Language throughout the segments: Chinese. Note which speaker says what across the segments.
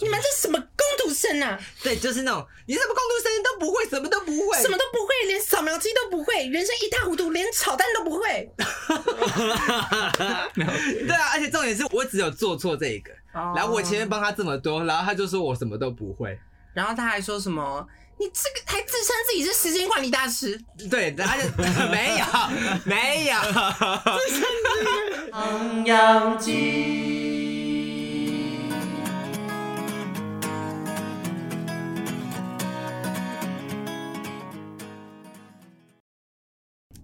Speaker 1: 你们这什么工读生啊？
Speaker 2: 对，就是那种你什么工读生都不会，什么都不会，
Speaker 1: 什么都不会，连扫描机都不会，人生一塌糊涂，连炒蛋都不会。
Speaker 2: 对啊，而且重点是我只有做错这一个，
Speaker 1: 哦
Speaker 2: 然后我前面帮他这么多，然后他就说我什么都不会。
Speaker 1: 然后他还说什么？你这个还自称自己是时间管理大师，
Speaker 2: 对，然后他就 没有没有，
Speaker 1: 《阳鸡》。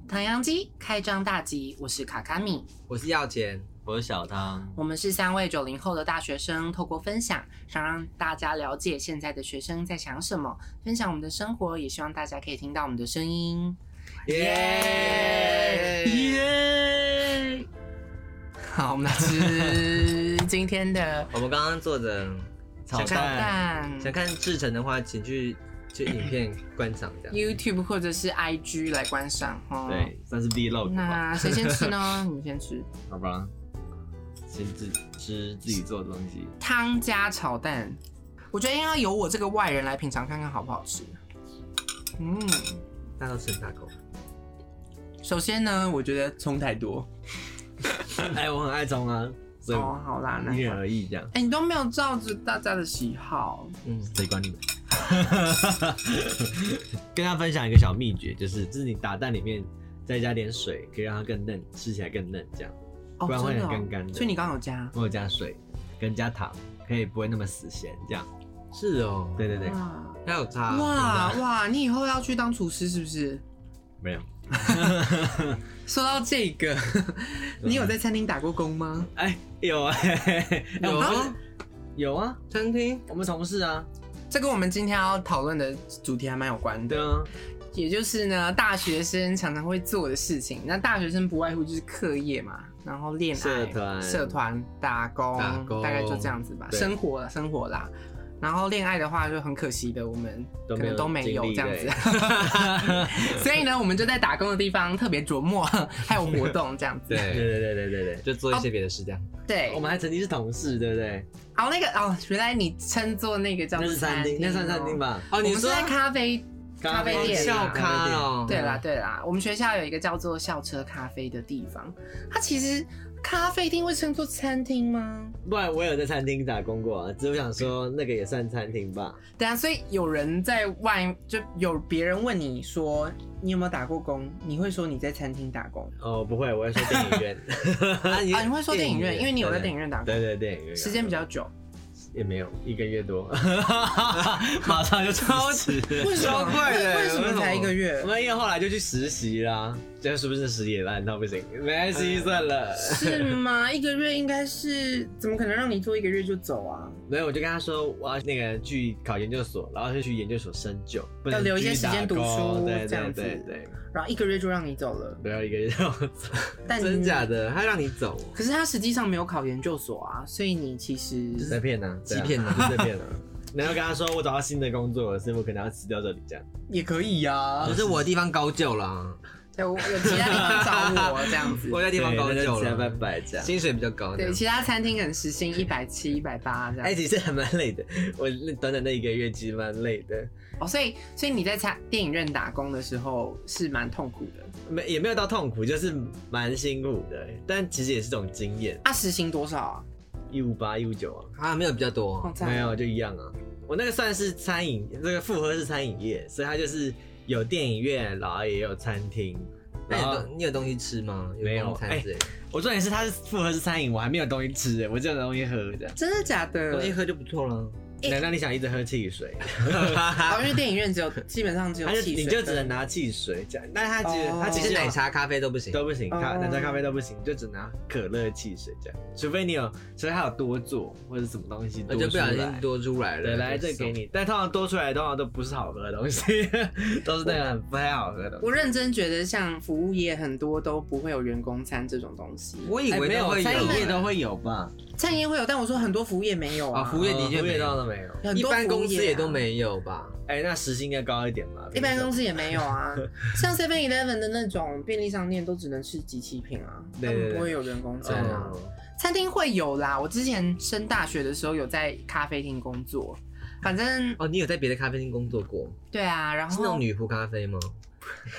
Speaker 1: 唐阳鸡开张大吉，我是卡卡米，
Speaker 2: 我是要钱，
Speaker 3: 我是小汤，
Speaker 1: 我们是三位九零后的大学生，透过分享，想让大家了解现在的学生在想什么，分享我们的生活，也希望大家可以听到我们的声音。耶
Speaker 2: 耶
Speaker 1: 耶！好，我们来吃今天的
Speaker 2: 我们刚刚做的
Speaker 3: 炒
Speaker 1: 炒
Speaker 3: 蛋，
Speaker 1: 蛋。
Speaker 2: 想看制成的话，请去去影片观赏这样。
Speaker 1: YouTube 或者是 IG 来观赏哦。，
Speaker 3: 对，算是 vlog 吧，
Speaker 1: 那谁先吃呢？你们先吃
Speaker 3: 好吧。先自吃自己做的东西，
Speaker 1: 汤加炒蛋，我觉得应该由我这个外人来品尝看看好不好吃。嗯，
Speaker 2: 大家都吃很大口。
Speaker 1: 首先呢，我觉得葱太多。
Speaker 3: 哎，我很爱中啊，所以
Speaker 1: 哦，好啦，那
Speaker 3: 因人而异这样。
Speaker 1: 哎、你都没有照着大家的喜好，
Speaker 2: 嗯，
Speaker 3: 谁管你们？ 跟大家分享一个小秘诀，就是就是你打蛋里面再加点水，可以让它更嫩，吃起来更嫩这样。
Speaker 1: 哦，
Speaker 3: 不然会
Speaker 1: 真的
Speaker 3: 很
Speaker 1: 哦
Speaker 3: 干干的
Speaker 1: 所以你刚好有加。
Speaker 3: 我有加水跟加糖，可以不会那么死咸这样。
Speaker 2: 是哦，
Speaker 3: 对对对，啊
Speaker 1: 哇
Speaker 2: 还有差
Speaker 1: 哇哇！你以后要去当厨师是不是？
Speaker 3: 没有。
Speaker 1: 说到这个， 你
Speaker 3: 啊
Speaker 1: 有在餐厅打过工吗？
Speaker 3: 哎，有哎、哎
Speaker 2: 有
Speaker 3: 我
Speaker 2: 吗
Speaker 3: 们？有啊，
Speaker 2: 餐厅
Speaker 3: 我们同事啊，
Speaker 1: 这跟我们今天要讨论的主题还蛮有关
Speaker 3: 对
Speaker 1: 的，
Speaker 3: 啊，
Speaker 1: 也就是呢，大学生常常会做的事情。那大学生不外乎就是课业嘛，然后恋爱、
Speaker 3: 社团
Speaker 1: 社团、打工，
Speaker 2: 打工
Speaker 1: 大概就这样子吧。
Speaker 3: 对
Speaker 1: 生活啦，生活啦。然后恋爱的话，就很可惜的，我们
Speaker 3: 都
Speaker 1: 可
Speaker 3: 没有
Speaker 1: 能都没有
Speaker 3: 经历
Speaker 1: 这样子
Speaker 3: 对。
Speaker 1: 所以呢，我们就在打工的地方特别琢磨，还有活动这样子。
Speaker 3: 对
Speaker 2: 对，
Speaker 3: 对对对对对
Speaker 2: 就做一些别的事这样。
Speaker 1: 对
Speaker 3: 我，们还曾经是同事，对不对？
Speaker 1: 哦，那个哦，原来你称作那个叫
Speaker 3: 那
Speaker 1: 做
Speaker 3: 是餐厅，那算餐厅
Speaker 1: 吧？
Speaker 3: 吧？
Speaker 2: 哦，
Speaker 1: 我
Speaker 2: 你
Speaker 1: 们是
Speaker 2: 说
Speaker 1: 在咖啡咖啡店
Speaker 2: 校
Speaker 1: 啊
Speaker 2: 咖哦？
Speaker 1: 对啦，对啦，我们学校有一个叫做校车咖啡的地方，它其实咖啡厅会称作餐厅吗？
Speaker 3: 不然我有在餐厅打工过、啊，只是我想说那个也算餐厅吧。
Speaker 1: 对啊，所以有人在外，就有别人问你说你有没有打过工，你会说你在餐厅打工
Speaker 3: 哦，不会，我会说电影院。 啊，
Speaker 1: 啊？你会说电影院，因为你有在电影
Speaker 3: 院
Speaker 1: 院打
Speaker 3: 打
Speaker 1: 工，
Speaker 3: 对对，电影院
Speaker 1: 时间比较久。
Speaker 3: 也没有一个月多， 马上就超时。
Speaker 1: 为什么？
Speaker 2: 超快的
Speaker 1: 为为什么才一个月
Speaker 3: 我？们因为后来就去实习啦，这是不是实习烂到不行？没关系，算了。
Speaker 1: 是吗？一个月应该是怎么可能让你做一个月就走啊？
Speaker 3: 没有，我就跟他说我要那个去考研究所，然后就去研究所深究，不
Speaker 1: 要
Speaker 3: 能
Speaker 1: 留一些
Speaker 3: 继续打
Speaker 1: 时间读
Speaker 3: 工
Speaker 1: 书
Speaker 3: 对
Speaker 1: 这
Speaker 3: 对
Speaker 1: 样子
Speaker 3: 对对，
Speaker 1: 然后一个月就让你走了，
Speaker 3: 不要一个月让我 走。
Speaker 1: 但
Speaker 2: 真
Speaker 1: 你
Speaker 2: 假的，他让你走哦，
Speaker 1: 可是他实际上没有考研究所啊，所以你其
Speaker 3: 在
Speaker 1: 实
Speaker 3: 骗啊呢，
Speaker 2: 欺骗
Speaker 1: 啊
Speaker 3: 呢，在骗呢。然后跟他说我找到新的工作了，所以我可能要辞掉这里这样。
Speaker 1: 也可以呀、
Speaker 2: 可啊是我的地方高就了，
Speaker 1: 有有其他地方找我这样子。
Speaker 2: 我在地方高
Speaker 3: 对那
Speaker 2: 就
Speaker 3: 就辞掉拜
Speaker 2: 了，
Speaker 3: 拜这样。
Speaker 2: 薪水比较高。这
Speaker 1: 对，
Speaker 2: 样
Speaker 1: 其他餐厅很时薪一百七、一百八这
Speaker 3: 哎，
Speaker 1: 样。
Speaker 3: 其实还蛮累的， 我那短短的一个月其实蛮累的，
Speaker 1: 哦，所以所以你在餐电影院打工的时候是蛮痛苦的。
Speaker 3: 没也没有到痛苦，就是蛮辛苦的，但其实也是种经验。
Speaker 1: 啊，时薪多少啊？
Speaker 3: 一五八一五九啊，
Speaker 2: 啊，没有比较多
Speaker 1: 哦，这样
Speaker 3: 没有，就一样啊。我那个算是餐饮，这个复合式餐饮业，所以它就是有电影院，然后也有餐厅。
Speaker 2: 那你
Speaker 3: 然
Speaker 2: 有
Speaker 3: 后
Speaker 2: 东你有东西吃吗？
Speaker 3: 没有
Speaker 2: 公餐之类的，
Speaker 3: 我重点是它是复合式餐饮，我还没有东西吃，我只有东西喝这样。
Speaker 1: 真的假的？
Speaker 2: 东西喝就不错了。
Speaker 1: 哎
Speaker 3: 难道你想一直喝汽水？啊
Speaker 1: 哦，因为电影院只有 基本上只有
Speaker 3: 它就
Speaker 1: 汽水
Speaker 3: 你
Speaker 1: 跟，
Speaker 3: 就只能拿汽水这样，但它只
Speaker 1: 哦
Speaker 3: 它
Speaker 2: 其实
Speaker 3: 其实有
Speaker 2: 奶茶、咖啡都不行。
Speaker 3: 都不行，咖
Speaker 1: 哦
Speaker 3: 奶茶咖啡都不行，就只拿可乐、汽水这样。除非你有，除非它有多做或者什么东西
Speaker 2: 我
Speaker 3: 多
Speaker 2: 就不
Speaker 3: 出
Speaker 2: 小
Speaker 3: 来。
Speaker 2: 心多出来了，
Speaker 3: 对，来这给。你，但通常多出来通常都不是好喝的东西， 都是那个很不太好喝的东西。
Speaker 1: 我认真觉得，像服务业很多都不会有员工餐这种东西，
Speaker 2: 我以
Speaker 3: 哎
Speaker 2: 为
Speaker 3: 没
Speaker 2: 都
Speaker 3: 有
Speaker 2: 会
Speaker 3: 餐饮业
Speaker 2: 有
Speaker 3: 都会有吧？
Speaker 1: 餐饮业会有，但我说很多服务业没有啊。
Speaker 2: 啊服务业的确
Speaker 3: 服务
Speaker 2: 没
Speaker 3: 业
Speaker 2: 有
Speaker 3: 当然没有。
Speaker 1: 很
Speaker 2: 一
Speaker 1: 多
Speaker 2: 般
Speaker 1: 服务
Speaker 2: 公司
Speaker 1: 业
Speaker 2: 也
Speaker 1: 啊
Speaker 2: 都没有吧？
Speaker 3: 哎，那时薪应该高一点吧？
Speaker 1: 一般公
Speaker 3: 司
Speaker 1: 司也没有啊，像 Seven Eleven 的那种便利商店都只能吃机器品啊，
Speaker 3: 对对嗯
Speaker 1: 他们
Speaker 3: 对
Speaker 1: 不会有人工餐啊。餐厅会有啦。我之前升大学的时候有在咖啡厅工作，反正
Speaker 2: 哦，你有在别的咖啡厅工作过？
Speaker 1: 对啊，然后
Speaker 2: 是那种女仆咖啡吗？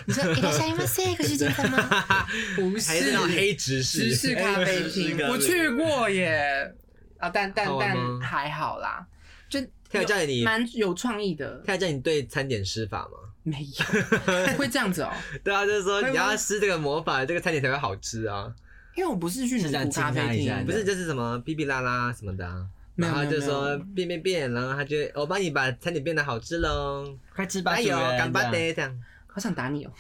Speaker 1: 你说一个下一个是一个是金分吗？不
Speaker 3: 还是
Speaker 1: 是
Speaker 3: 那种黑执
Speaker 1: 芝
Speaker 3: 事？
Speaker 1: 士咖啡
Speaker 3: 芝士
Speaker 1: 厅
Speaker 3: 咖，啡
Speaker 1: 我去过耶。啊，但但
Speaker 2: 好玩
Speaker 1: 但
Speaker 2: 吗
Speaker 1: 还好啦，就
Speaker 2: 他有叫你，
Speaker 1: 蛮有创意的。
Speaker 2: 他有叫你对餐点施法吗？
Speaker 1: 没有会这样子哦、
Speaker 2: 对啊，就是说
Speaker 1: 会吗
Speaker 2: 你要施这个魔法，这个餐点才会好吃啊。
Speaker 1: 因为我不是去女
Speaker 3: 是这样
Speaker 1: 仆咖
Speaker 3: 惊讶
Speaker 1: 啡
Speaker 3: 一下
Speaker 1: 厅，
Speaker 3: 的
Speaker 2: 不是，就是什么哔哔啦啦什么的、啊，
Speaker 1: 没有
Speaker 2: 然后
Speaker 1: 没有没
Speaker 2: 就
Speaker 1: 有
Speaker 2: 说变变变，然后他就我帮你把餐点变得好吃喽。
Speaker 3: 快吃吧，
Speaker 2: 哎呦，干巴
Speaker 3: 巴
Speaker 2: 爹这样，
Speaker 1: 好想打你哦、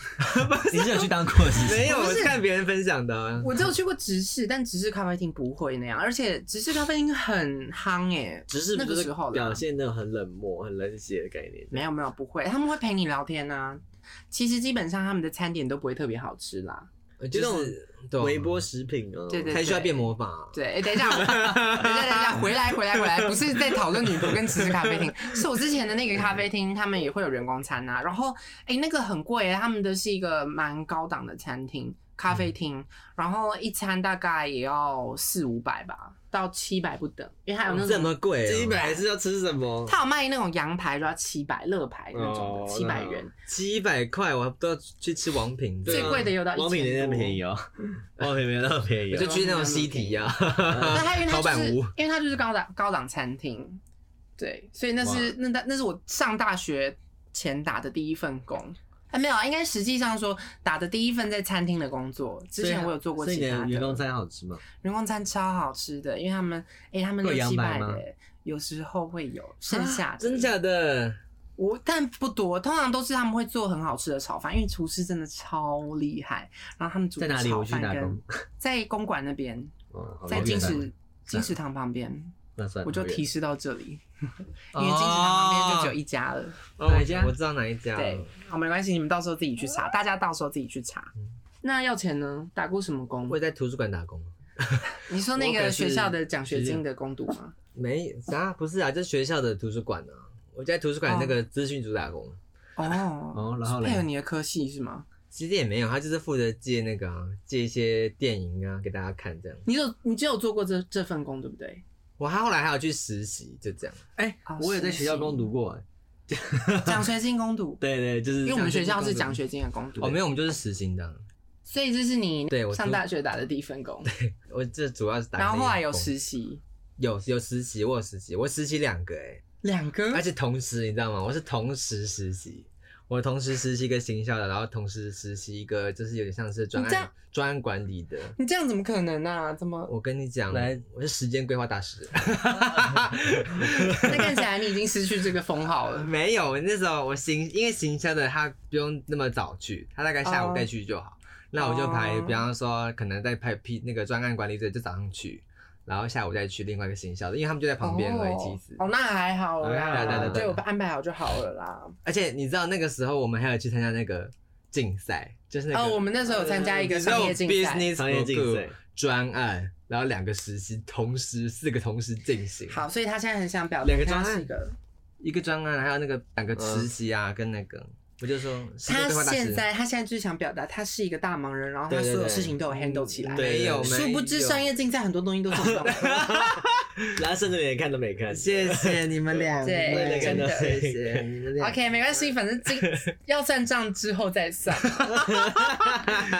Speaker 3: 你是有去当过是不 是？
Speaker 2: 没有，
Speaker 1: 不是
Speaker 2: 我是看别人分享的啊。
Speaker 1: 我只有去过直视，但直视咖啡厅不会那样，而且直视咖啡厅很夯哎、
Speaker 3: 只是
Speaker 1: 那
Speaker 3: 不
Speaker 1: 个
Speaker 3: 是
Speaker 1: 时候啦
Speaker 3: 表现那种很冷漠、很冷血的概念。
Speaker 1: 没有没有不会，他们会陪你聊天啊。其实基本上他们的餐点都不会特别好吃啦。
Speaker 2: 就
Speaker 3: 就那
Speaker 2: 是对
Speaker 3: 种
Speaker 2: 啊
Speaker 3: 微波食品哦，
Speaker 1: 对对
Speaker 2: 才需要变魔法啊。
Speaker 1: 对，哎等一下，等一下， 等一下，回来回来回来，不是在讨论女仆跟直视咖啡厅，是我之前的那个咖啡厅，他们也会有员工餐啊。然后哎、那个很贵、欸，他们的是一个蛮高档的餐厅咖啡厅，然后一餐大概也要四五百吧，到七百不等，因为还有那
Speaker 2: 这
Speaker 1: 种
Speaker 2: 么贵啊，
Speaker 3: 这一百是要吃什么？
Speaker 1: 他有卖那种羊排，就要七百，乐排那种
Speaker 3: 哦
Speaker 1: 的，七百元，
Speaker 2: 七百块，我都要去吃王品，啊
Speaker 1: 最贵的有到
Speaker 3: 王
Speaker 1: 一
Speaker 3: 品
Speaker 1: 千
Speaker 3: 那
Speaker 1: 多。
Speaker 3: 便宜哦， 王品没有那么便宜
Speaker 2: 我
Speaker 3: 哦
Speaker 2: 就。去那种西提啊呀。
Speaker 3: 啊
Speaker 1: 那他因为他
Speaker 2: 陶
Speaker 1: 就
Speaker 2: 板
Speaker 1: 是
Speaker 2: 屋
Speaker 1: 因为他就是高档高档餐厅，对，所以那是那那那是我上大学前打的第一份工。啊，没有啊，应该实际上说打的第一份在餐厅的工作，之前我有做过
Speaker 3: 啊所以
Speaker 1: 其
Speaker 3: 你
Speaker 1: 他
Speaker 3: 的
Speaker 1: 的
Speaker 3: 员工餐好吃吗？
Speaker 1: 员工餐超好吃的，因为他们哎、他们
Speaker 3: 会有
Speaker 1: 六
Speaker 3: 羊
Speaker 1: 七
Speaker 3: 排
Speaker 1: 百
Speaker 3: 吗啊
Speaker 1: 的，有时候会有剩下的，
Speaker 2: 真假的？
Speaker 1: 我但不多，通常都是他们会做很好吃的炒饭，因为厨师真的超厉害。然后他们 煮的
Speaker 3: 在哪里
Speaker 1: 炒
Speaker 3: 我去
Speaker 1: 饭
Speaker 3: 打
Speaker 1: 跟
Speaker 3: 工
Speaker 1: 在公馆那边，
Speaker 3: 哦，好
Speaker 1: 在
Speaker 3: 远
Speaker 1: 金
Speaker 3: 啊
Speaker 1: 石金石堂旁边，
Speaker 3: 那算了
Speaker 1: 我就
Speaker 3: 好远
Speaker 1: 提示到这 里，因
Speaker 2: 哦
Speaker 1: 为金石堂旁边就只有一家了。
Speaker 2: 哦
Speaker 3: 哪一家
Speaker 2: 我知道哪一家。
Speaker 1: 对，好，没关系，你们到时候自己去查，大家到时候自己去查。
Speaker 3: 嗯
Speaker 1: 那要钱呢？打过什么工
Speaker 2: 我？也在图书馆打工。啊
Speaker 1: 你说那
Speaker 3: 我
Speaker 1: 个
Speaker 3: 可是
Speaker 1: 学校的奖学金的攻读 吗？
Speaker 2: 没啊，不是啊，就是学校的图书馆啊。我在图书馆那个资讯组打工，
Speaker 1: 哦，
Speaker 3: 哦，然后
Speaker 1: 配合
Speaker 3: 嘞，
Speaker 1: 你的科系是吗？
Speaker 2: 其实也没有，他就是负责借那个、啊、借一些电影啊给大家看这样。
Speaker 1: 你有你只有做过这这份工对不对？
Speaker 2: 我还后来还有去实习，就这样。
Speaker 3: 哎
Speaker 1: 哦，
Speaker 3: 我也在学校攻读
Speaker 2: 欸
Speaker 3: 过。哎
Speaker 1: 奖学金攻读，
Speaker 3: 对对，就是
Speaker 1: 因为我们学校是奖
Speaker 3: 学
Speaker 1: 学金的攻读。
Speaker 2: 哦，没有，我们就是实习的啊。
Speaker 1: 所以这是你
Speaker 2: 对我
Speaker 1: 上
Speaker 2: 就
Speaker 1: 大学打的第一份工，
Speaker 2: 我这主要是打。
Speaker 1: 然后后来有，实习
Speaker 2: 有有实习，我有实习，我实习两个哎、
Speaker 1: 两个
Speaker 2: 而且同时你知道吗？我是同时实习，我同时实习一个行销的，然后同时实习一个就是有点像是专
Speaker 1: 你这样
Speaker 2: 案专案管理的。
Speaker 1: 你这样怎么可能啊？怎么？
Speaker 2: 我跟你讲，
Speaker 3: 来
Speaker 2: 我是时间规划大师。
Speaker 1: 那看起来你已经失去这个封号了。
Speaker 2: 没有，那时候我行，因为行销的他不用那么早去，他大概下
Speaker 1: 哦
Speaker 2: 午再去就好。那我就排
Speaker 1: 哦
Speaker 2: 比方说可能在排 P 那个专案管理者就早上去，然后下午再去另外一个行销的，因为他们就在 旁边而已。其实，
Speaker 1: 哦，那还好啦，
Speaker 2: 哎
Speaker 3: 对对对对
Speaker 1: 对我安排好就好了啦。
Speaker 2: 而且你知道那个时候我们还有去参加那个竞赛，就是那个、
Speaker 1: 哦，我们那时候有参加一个
Speaker 2: 你知道
Speaker 1: 商业竞赛。
Speaker 2: business
Speaker 3: 商业竞赛
Speaker 2: school 专案，然后两个实习同时四个同时进行，
Speaker 1: 好，所以他现在很想表达
Speaker 2: 两个
Speaker 1: 他
Speaker 2: 专
Speaker 1: 是
Speaker 2: 案
Speaker 1: 一个，
Speaker 2: 一个专案，还有那个两个实习啊，跟那个我就说时间
Speaker 1: 他
Speaker 2: 规划大师
Speaker 1: 现在他现在就是想表达他是一个大忙人，然后他
Speaker 2: 对对
Speaker 1: 所
Speaker 2: 对
Speaker 1: 有事情都有 handle 起来。
Speaker 2: 没有，
Speaker 3: 对
Speaker 1: 殊不知
Speaker 2: 没有
Speaker 1: 商业竞赛很多东西都做 不到。
Speaker 3: 金，然后甚至连看都没看。
Speaker 2: 谢谢你们两
Speaker 1: 对
Speaker 2: 位，
Speaker 1: 真的
Speaker 2: 谢谢你们两位。
Speaker 1: OK，没关系，反正 今要算账之后再算。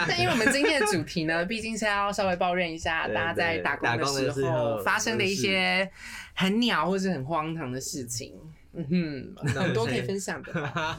Speaker 1: 但因为我们今天的主题 呢，毕竟是要稍微抱怨一下
Speaker 3: 对
Speaker 1: 大家在
Speaker 3: 对
Speaker 1: 打工
Speaker 3: 打工
Speaker 1: 的
Speaker 3: 的
Speaker 1: 时
Speaker 3: 时
Speaker 1: 候
Speaker 3: 候
Speaker 1: 发生的一些很鸟或是很荒唐的事情。嗯哼，很多可以分享的 吧。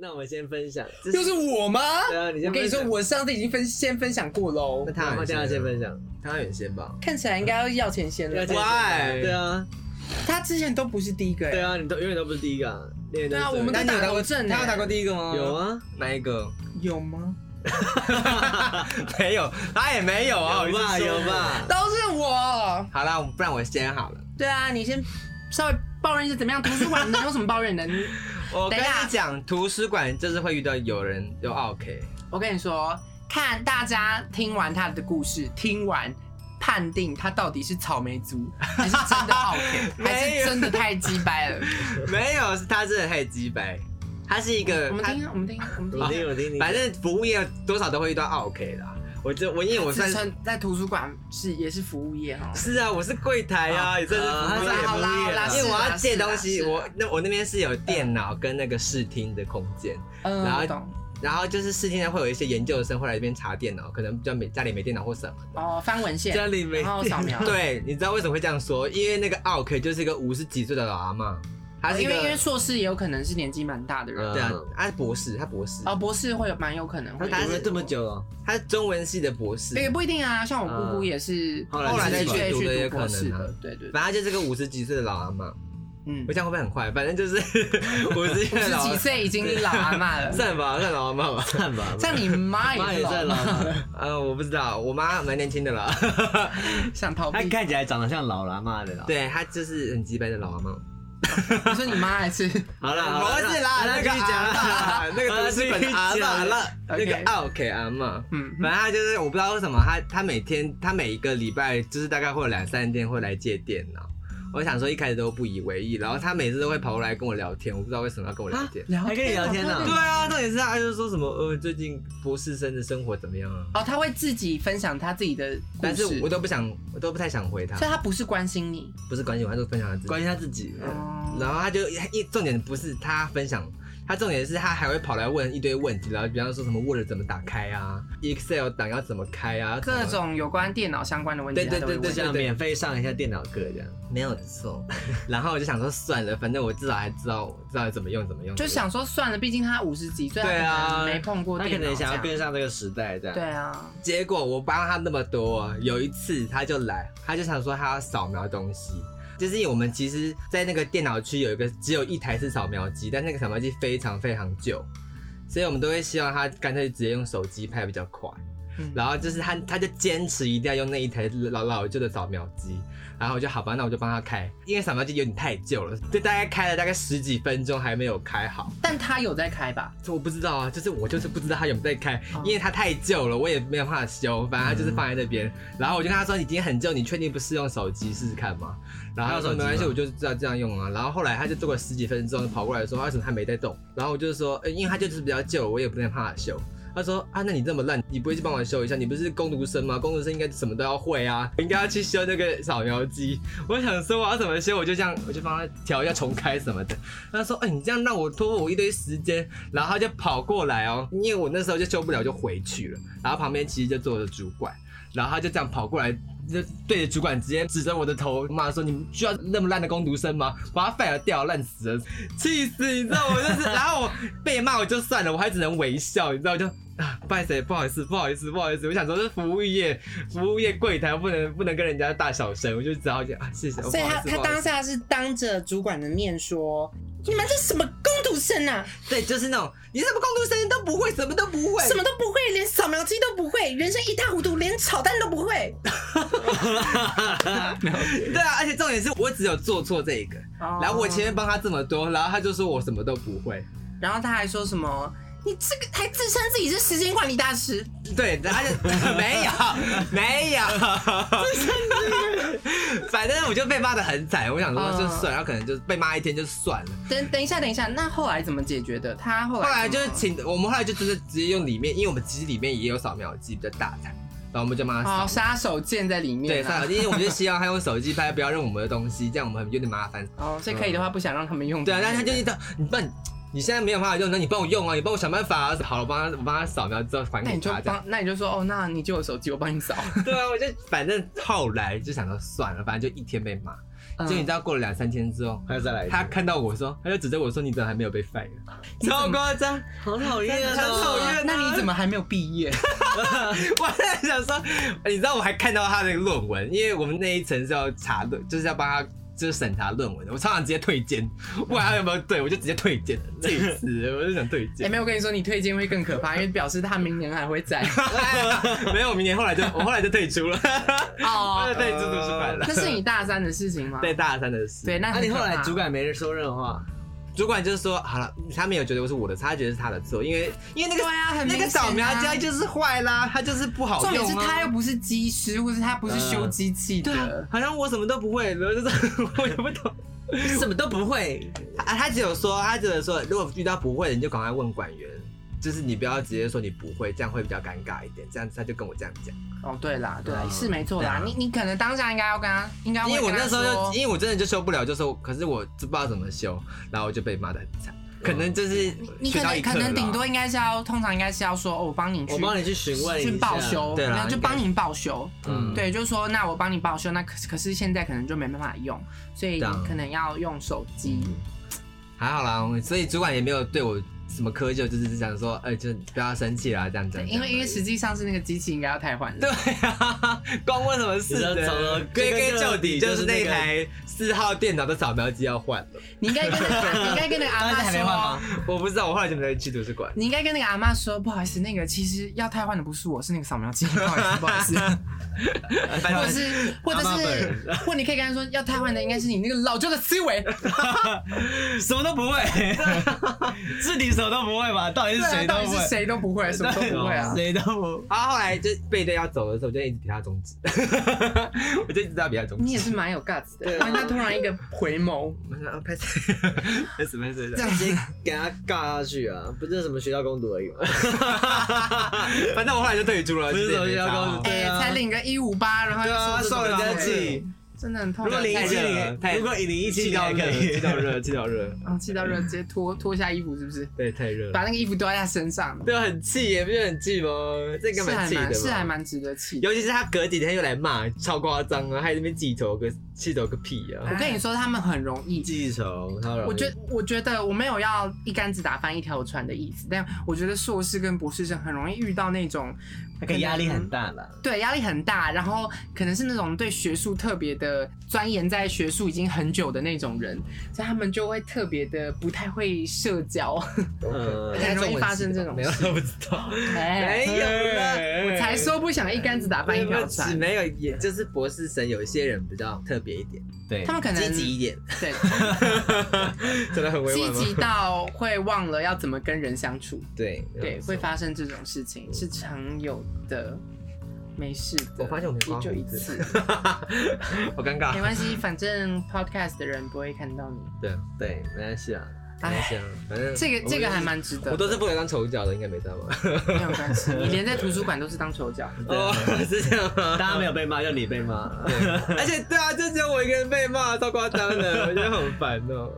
Speaker 3: 那我们先分享，这
Speaker 1: 就是我吗？
Speaker 3: 对啊， 你先
Speaker 1: 我跟你
Speaker 3: 分
Speaker 1: 说，
Speaker 3: 享，
Speaker 1: 我上次已经分先分享过喽
Speaker 3: 那，他好像要先分享。
Speaker 2: 汤圆先吧，
Speaker 1: 看起来应该要要钱先了
Speaker 3: 要。先
Speaker 2: Why？
Speaker 3: 对啊，
Speaker 1: 他之前都不是第一个、欸，
Speaker 3: 对啊，你都永远都不是第一个啊。你也都是
Speaker 1: 对啊我们
Speaker 2: 那你有打
Speaker 1: 打头
Speaker 2: 过
Speaker 1: 阵
Speaker 2: 他
Speaker 1: 欸
Speaker 2: 有打过第一个吗？
Speaker 3: 有，啊，
Speaker 2: 哪一个？
Speaker 1: 有吗？
Speaker 2: 没有，他也没有啊，我
Speaker 3: 有吧
Speaker 2: 是说
Speaker 3: 有。吧。
Speaker 1: 都是我。
Speaker 2: 好啦，不然我先好了。
Speaker 1: 对啊，你先稍微抱怨一下怎么样？图书馆能有什么抱怨的？你
Speaker 2: 我跟
Speaker 1: 等一下
Speaker 2: 你讲，图书馆就是会遇到有人有哦 OK，
Speaker 1: 我跟你说，看大家听完他的故事，听完。判定他到底是草莓族，还是真的 OK，还
Speaker 2: 没
Speaker 1: 是
Speaker 2: 有
Speaker 1: 真的太鸡掰 了。
Speaker 2: 没有，是他真的太鸡掰，他是一个
Speaker 1: 我们
Speaker 2: 他
Speaker 1: 听啊，我们听啊，我们听
Speaker 3: 我
Speaker 1: 啊。
Speaker 3: 听我听你，
Speaker 2: 反正服务业多少都会遇到哦 OK 啦。我这我因为我算
Speaker 1: 自
Speaker 2: 是
Speaker 1: 称在图书馆是也是服务业哦。
Speaker 2: 是啊，我是柜台啊，也算是
Speaker 3: 啊
Speaker 2: 服务业
Speaker 3: 好啦
Speaker 2: 服务
Speaker 1: 好
Speaker 2: 业
Speaker 1: 啦
Speaker 2: 啦。因
Speaker 1: 是
Speaker 2: 为我
Speaker 1: 啦
Speaker 2: 要借东西，
Speaker 1: 是啦
Speaker 2: 我那我那边是有电脑跟那个视听的空间，
Speaker 1: 嗯，
Speaker 2: 然后
Speaker 1: 我懂。
Speaker 2: 然后就是视听上会有一些研究生会来这边查电脑，可能比较没家里没电脑或什么的。
Speaker 1: 哦，翻文
Speaker 3: 家
Speaker 1: 献，
Speaker 3: 里没
Speaker 1: 然后扫描。
Speaker 2: 对，你知道为什么会这样说？因为那个 OK 就是一个五十几岁的老阿嬷，她是
Speaker 1: 哦
Speaker 2: 一
Speaker 1: 因
Speaker 2: 个
Speaker 1: 为因为硕士也有可能是年纪蛮大的人
Speaker 3: 嗯。
Speaker 2: 对啊，她是博士，她博士，
Speaker 1: 哦，博士会有蛮有可能会。
Speaker 3: 他读了这么，久了，
Speaker 2: 她是中文系的博士。
Speaker 1: 也不一定啊。像我姑姑
Speaker 3: 嗯
Speaker 1: 也是
Speaker 3: 后来
Speaker 1: 再
Speaker 3: 再
Speaker 1: 去
Speaker 3: 去
Speaker 2: 读的
Speaker 1: 去
Speaker 2: 也
Speaker 1: 读博士
Speaker 2: 可能
Speaker 1: 的
Speaker 2: 啊。
Speaker 1: 对对，对
Speaker 2: 反正就是个五十几岁的老阿嬷，
Speaker 1: 嗯
Speaker 2: 我，这样会不会很坏？反正就是 五十几
Speaker 1: 五
Speaker 2: 岁的
Speaker 1: 十
Speaker 2: 老阿
Speaker 1: 几
Speaker 2: 嬷，
Speaker 1: 岁已经老阿嬷 了。
Speaker 2: 算吧，算老阿嬷吧。
Speaker 3: 看吧，
Speaker 1: 像你妈
Speaker 3: 妈也
Speaker 1: 也
Speaker 3: 在
Speaker 1: 是老
Speaker 3: 老
Speaker 1: 阿嬷，
Speaker 3: 了，
Speaker 2: 呃，我不知道，我妈蛮年轻的啦。
Speaker 1: 想逃避
Speaker 3: 他。看起来长得像老喇嘛的啦。，
Speaker 2: 对她就是很鸡掰的老阿嬷。
Speaker 1: 你说你妈还是
Speaker 3: 好了，好
Speaker 2: 不
Speaker 3: 了
Speaker 2: 是啦，
Speaker 3: 那
Speaker 2: 那
Speaker 3: 那
Speaker 2: 个
Speaker 3: 继续讲
Speaker 2: 阿
Speaker 3: 啦
Speaker 2: 嬷，那个都是本的阿嬷了，
Speaker 1: 好
Speaker 2: 那
Speaker 1: 继续
Speaker 2: 个
Speaker 1: 讲
Speaker 2: OK 阿嬷。
Speaker 1: 嗯
Speaker 2: 反正她就是我不知道为什么她她每天她每一个礼拜就是大概会有两三天会来借电脑。我想说一开始都不以为意，然后她每次都会跑过来跟我聊天，我不知道为什么要跟我聊天。
Speaker 1: 聊
Speaker 3: 还跟你聊天呢
Speaker 2: 对啊，重点是她就是说什么呃最近博士生的生活怎么样啊？
Speaker 1: 哦，他会自己分享他自己的故
Speaker 2: 但
Speaker 1: 事，
Speaker 2: 是
Speaker 1: 所
Speaker 2: 我
Speaker 1: 以
Speaker 2: 都不想，我都不太想回她，
Speaker 1: 他不是关心你。
Speaker 2: 不是关心我，她就分享她自己。
Speaker 3: 关心他自己。
Speaker 1: 哦，
Speaker 2: 然后他就一重点不是他分享，他重点是他还会跑来问一堆问题，然后比方说什么 Word 怎么打开啊，Excel 档要怎么开啊，
Speaker 1: 各
Speaker 2: 怎么
Speaker 1: 种有关电脑相关的问题，
Speaker 2: 对对
Speaker 1: 他都会
Speaker 2: 对
Speaker 3: 就
Speaker 1: 问
Speaker 2: 对
Speaker 3: 想免费上一下电脑课这样，
Speaker 2: 没有错。 然后我就想说算了，反正我至少还知道知道怎么用怎么用，
Speaker 1: 就想说算了，毕竟他五十几岁，他
Speaker 2: 对啊
Speaker 1: 可能没碰过
Speaker 3: 他可
Speaker 1: 电脑
Speaker 3: 能
Speaker 1: 这
Speaker 3: 想要
Speaker 1: 样。
Speaker 3: 跟上这个时代这样。
Speaker 1: 对啊，
Speaker 2: 结果我帮他那么多，有一次他就来，他就想说他要扫描东西。就是因为我们其实，在那个电脑区有一个只有一台是扫描机，但那个扫描机非常非常旧，所以我们都会希望他干脆直接用手机拍比较快。
Speaker 1: 嗯
Speaker 2: 然后就是他，他就坚持一定要用那一台老老旧的扫描机，然后我就好吧，那我就帮他开，因为扫描机有点太旧了，就大概开了大概十几分钟还没有开好，
Speaker 1: 但他有在开吧？
Speaker 2: 这我不知道啊，就是我就是不知道他有没有在开
Speaker 1: 哦，
Speaker 2: 因为他太旧了，我也没有办法修，反正他就是放在那边，然后我就跟他说已经很旧，你确定不是用手机试试看吗？然后他说
Speaker 3: 他
Speaker 2: 没
Speaker 3: 有手机吗
Speaker 2: 关系，我就知道这样用啊。然后后来他就做了十几分钟，跑过来说啊为什么他没在动，然后我就说，呃因为他就是比较旧，我也不能帮他修。他说啊，那你这么烂，你不会去帮我修一下？你不是工读生吗？工读生应该什么都要会啊，应该要去修那个扫描机。我想说我要怎么修，我就这样，我就帮他调一下重开什么的。他说，哎、你这样让我拖我一堆时间。然后他就跑过来哦，因为我那时候就修不了，就回去了。然后旁边其实就坐着主管，然后他就这样跑过来，就对着主管直接指着我的头骂说：“你们需要那么烂的工读生吗？把他 fire 掉，烂死了，气死！你知道我就是，然后我被骂我就算了，我还只能微笑，你知道我就。” 啊，不好意思，不好意思，不好意思，不好意思，我想说是服务业，服务业柜台不能不能跟人家大小声，我就只好讲啊，谢谢。
Speaker 1: 所以他
Speaker 2: 不好意思
Speaker 1: 他
Speaker 2: 不好意思
Speaker 1: 当下是当着主管的面说：“你们这什么工读生啊，
Speaker 2: 对就是那种你什么工读生都不会，什么都不会，
Speaker 1: 什么都不会，连扫描机都不会，人生一塌糊涂，连炒蛋都不会。
Speaker 2: 对啊，而且重点是我只有做错这一个，”然后我前面帮他这么多，然后他就说我什么都不会，
Speaker 1: 然后他还说什么：“你这个还自称自己是时间管理大师，
Speaker 2: 对，他就没 有没有，反正我就被骂的嗯很惨，我想说就算，然后可能就被骂一天就算了。
Speaker 1: 等等一下，等一下，那后来怎么解决的？他后来
Speaker 2: 后来
Speaker 1: 怎
Speaker 2: 就
Speaker 1: 么
Speaker 2: 是请我们后来就真的直接用里面，因为我们其实里面也有扫描机比较大台，然后我们就帮
Speaker 1: 哦
Speaker 2: 他扫。
Speaker 1: 杀手锏在里
Speaker 2: 对，
Speaker 1: 面、
Speaker 2: 扫
Speaker 1: 啊
Speaker 2: 描，机，因为我们就希望他用手机拍，不要用我们的东西，这样我们有点麻烦。
Speaker 1: 哦，所以可以的话不想让他们用。
Speaker 2: 对啊，但是他就一直你帮你，你现在没有办法用，那你帮我用啊，你帮我想办法、啊。好了，我帮他，我帮他扫描之后还
Speaker 1: 那
Speaker 2: 给
Speaker 1: 你就
Speaker 2: 他这样。
Speaker 1: 帮，那你就说哦，那你借我手机，我帮 你扫。
Speaker 2: 对啊，我就反正后来就想到算了，反正就一天被骂。
Speaker 1: 嗯
Speaker 2: 就你知道过了两三天之后，
Speaker 3: 他又再来一次，
Speaker 2: 他看到我说，他就指着我说：“你怎么还没有被 fire？” 超夸张！
Speaker 3: 好讨厌
Speaker 2: 很讨
Speaker 3: 哦，
Speaker 2: 厌啊
Speaker 1: 呃那你怎么还没有毕业？
Speaker 2: 我在想说，你知道我还看到他的论文，因为我们那一层是要查论，就是要帮他就是审查论文的。我常常直接退件，我管他有没有对，我就直接退件，气死了！我就想退
Speaker 1: 哎、
Speaker 2: 件。
Speaker 1: 没有，我跟你说，你推荐会更可怕，因为表示他明年还会在。
Speaker 2: 没有，明年后来就我后来就退出了， 后
Speaker 1: 哦
Speaker 2: 来 就，退出图书馆了
Speaker 1: 那。是你大三的事情吗？
Speaker 2: 对大三的事，
Speaker 1: 对，那
Speaker 3: 那
Speaker 1: 很啊
Speaker 3: 啊你后
Speaker 1: 可
Speaker 3: 来
Speaker 1: 怕
Speaker 3: 主管没人说任何话，
Speaker 2: 主管就是说好了，他没有觉得是我的，他觉得是他的错，因为因为那
Speaker 1: 对
Speaker 2: 个、
Speaker 1: 啊，很明
Speaker 2: 那个
Speaker 1: 显
Speaker 2: 扫描
Speaker 1: 啊
Speaker 2: 机就是坏啦，它就是不好
Speaker 1: 重点
Speaker 2: 用
Speaker 1: 是
Speaker 2: 啊。
Speaker 1: 他又不是机师，或是他不是修机器
Speaker 2: 对啊
Speaker 1: 的，，
Speaker 2: 好像我什么都不会，然后就是我也不懂。
Speaker 3: 什么都不会，
Speaker 2: 啊，他只有说，他只有说，如果遇到不会的，你就赶快问管员，就是你不要直接说你不会，这样会比较尴尬一点。这样子他就跟我这样讲，
Speaker 1: 哦，对啦，对啦，
Speaker 3: 嗯
Speaker 1: 是没错
Speaker 2: 对
Speaker 1: 啦
Speaker 2: 啊。
Speaker 1: 你你可能当下应该要跟他，应该
Speaker 2: 因为
Speaker 1: 会
Speaker 2: 我
Speaker 1: 跟他
Speaker 2: 那时候
Speaker 1: 说
Speaker 2: 就，因为我真的就修不了，就是我可是我就不知道怎么修，然后我就被骂的很惨。可能就是
Speaker 1: 你
Speaker 2: 学
Speaker 1: 可
Speaker 2: 到一
Speaker 1: 能可
Speaker 2: 课
Speaker 1: 能顶
Speaker 2: 了
Speaker 1: 多应该是要，通常应该是要说，哦，我帮你去，
Speaker 3: 我帮你去询问一下
Speaker 1: 去报修，
Speaker 2: 对啦
Speaker 1: 然后就
Speaker 2: 应该
Speaker 1: 帮你报修。
Speaker 2: 嗯，
Speaker 1: 对，就说那我帮你报修，那可可是现在可能就没办法用，所以
Speaker 2: 这样
Speaker 1: 可能要用手机。
Speaker 2: 嗯还好啦，所以主管也没有对我什么苛求，就是只想说，哎、就不要生气啦，这样这
Speaker 1: 对，
Speaker 2: 样。
Speaker 1: 因为因为
Speaker 2: 是
Speaker 1: 实际上是那个机器应该要太换了。
Speaker 2: 对啊，关我什么事
Speaker 3: 你知道
Speaker 2: 呢？
Speaker 3: 从
Speaker 2: 归根究底就是那
Speaker 3: 就是那个
Speaker 2: 台四号电脑的扫描机要换了。
Speaker 1: 你应该跟那个你应该跟那个阿
Speaker 3: 当时
Speaker 1: 妈
Speaker 3: 还没换吗
Speaker 1: 说，？
Speaker 2: 我不知道，我后来就没有去图书馆。
Speaker 1: 你应该跟那个阿妈说，不好意思，那个其实要太换的不是我，是那个扫描机，不好意思，不好意思。
Speaker 2: 反
Speaker 1: 或者
Speaker 2: 正
Speaker 1: 是，或者
Speaker 3: 阿嬷本
Speaker 1: 是，
Speaker 3: 人
Speaker 1: 或你可以跟他说，要瘫痪的应该是你那个老旧的思维，
Speaker 3: 什么都不会，是你什么都不会吧？到底 是
Speaker 1: 对啊
Speaker 3: 谁都
Speaker 1: 到底
Speaker 3: 不
Speaker 1: 是
Speaker 3: 会？
Speaker 1: 谁都不 会，什么都不会啊。
Speaker 3: 谁都不。
Speaker 2: 然后后来就背对要走的时候，我就一直比他中指， 我就一直在比他中
Speaker 1: 你
Speaker 2: 指。
Speaker 1: 也是蛮有 guts 的，
Speaker 3: 对啊
Speaker 1: 人家突然一个回眸，
Speaker 2: 我说啊，拍谁？拍谁？拍谁？
Speaker 3: 直接给他尬下去啊！不就是什么学校攻读而已吗？
Speaker 2: 反正我后来就退出了，
Speaker 3: 不
Speaker 2: 就是
Speaker 3: 是
Speaker 2: 也没
Speaker 3: 手机要
Speaker 2: 差
Speaker 3: 告诉
Speaker 1: 哎、
Speaker 3: 对啊
Speaker 1: 才领个一五八，然后
Speaker 3: 对啊，
Speaker 1: 就说
Speaker 3: 受
Speaker 1: 这种
Speaker 3: 人家
Speaker 1: 话
Speaker 3: 气。
Speaker 1: 真的很痛。啊
Speaker 3: 如果零
Speaker 2: 太
Speaker 3: 一七
Speaker 2: 热了太
Speaker 3: 零，如果零一七
Speaker 2: 气
Speaker 3: 零
Speaker 2: 到
Speaker 3: 还可
Speaker 2: 热，
Speaker 3: 以
Speaker 2: 气，到热，气到热，
Speaker 1: 然后气到热，直接脱脱下衣服，是不是？
Speaker 2: 对，太热
Speaker 1: 把
Speaker 2: 了。
Speaker 1: 那个衣服丢在他身上，
Speaker 2: 对，很气耶，不是很气吗？这
Speaker 1: 是
Speaker 2: 根本
Speaker 1: 还
Speaker 2: 气的
Speaker 1: 蛮
Speaker 2: 嘛
Speaker 1: 是啊还蛮值得气。
Speaker 2: 尤其是他隔几天又来骂，超夸张啊！还在那边记仇个记仇个屁啊！
Speaker 1: 我跟你说，他们很容
Speaker 2: 哎
Speaker 1: 易
Speaker 3: 记仇，他容易
Speaker 1: 我觉我觉得我没有要一竿子打翻一条船的意思，但我觉得硕士跟博士生很容易遇到那种
Speaker 3: 那个压力很大啦。
Speaker 1: 对压力很大，然后可能是那种对学术特别的钻研在学术已经很久的那种人，所以他们就会特别的不太会社交，
Speaker 3: 嗯，
Speaker 1: 很容易发生这种
Speaker 2: 没有，
Speaker 1: 事。
Speaker 2: 我不知道，
Speaker 1: 哎
Speaker 2: 没有了，
Speaker 1: 才说不想一竿子打翻一条
Speaker 2: 只
Speaker 1: 船，
Speaker 2: 哎没有，也就是博士生有一些人比较特别一点，
Speaker 3: 对
Speaker 1: 他们可能
Speaker 2: 积极一点，
Speaker 1: 对
Speaker 2: 真的很委
Speaker 1: 积
Speaker 2: 婉吗？
Speaker 1: 极到会忘了要怎么跟人相处，
Speaker 2: 对
Speaker 1: 对，会。发生这种事情是常有的，没事的。
Speaker 2: 嗯我发现我没刮
Speaker 1: 也就一
Speaker 2: 胡子
Speaker 1: 次，
Speaker 2: 好尴
Speaker 1: 没
Speaker 2: 尬。
Speaker 1: 关系，反正 podcast 的人不会看到 你。
Speaker 2: 对，
Speaker 3: 对，没关系啊。
Speaker 2: 没关系啊，反正
Speaker 1: 这个这个还蛮值
Speaker 2: 我
Speaker 1: 得，
Speaker 2: 都是不能当丑角的，应该没这样吧？
Speaker 1: 没有关系。你连在图书馆都是当丑 角，哦
Speaker 3: 对啊，
Speaker 2: 是这样 吗？
Speaker 3: 大家没有被骂，就你被骂。
Speaker 2: 而且对啊，就只有我一个人被骂，超夸张的，我觉得很烦哦。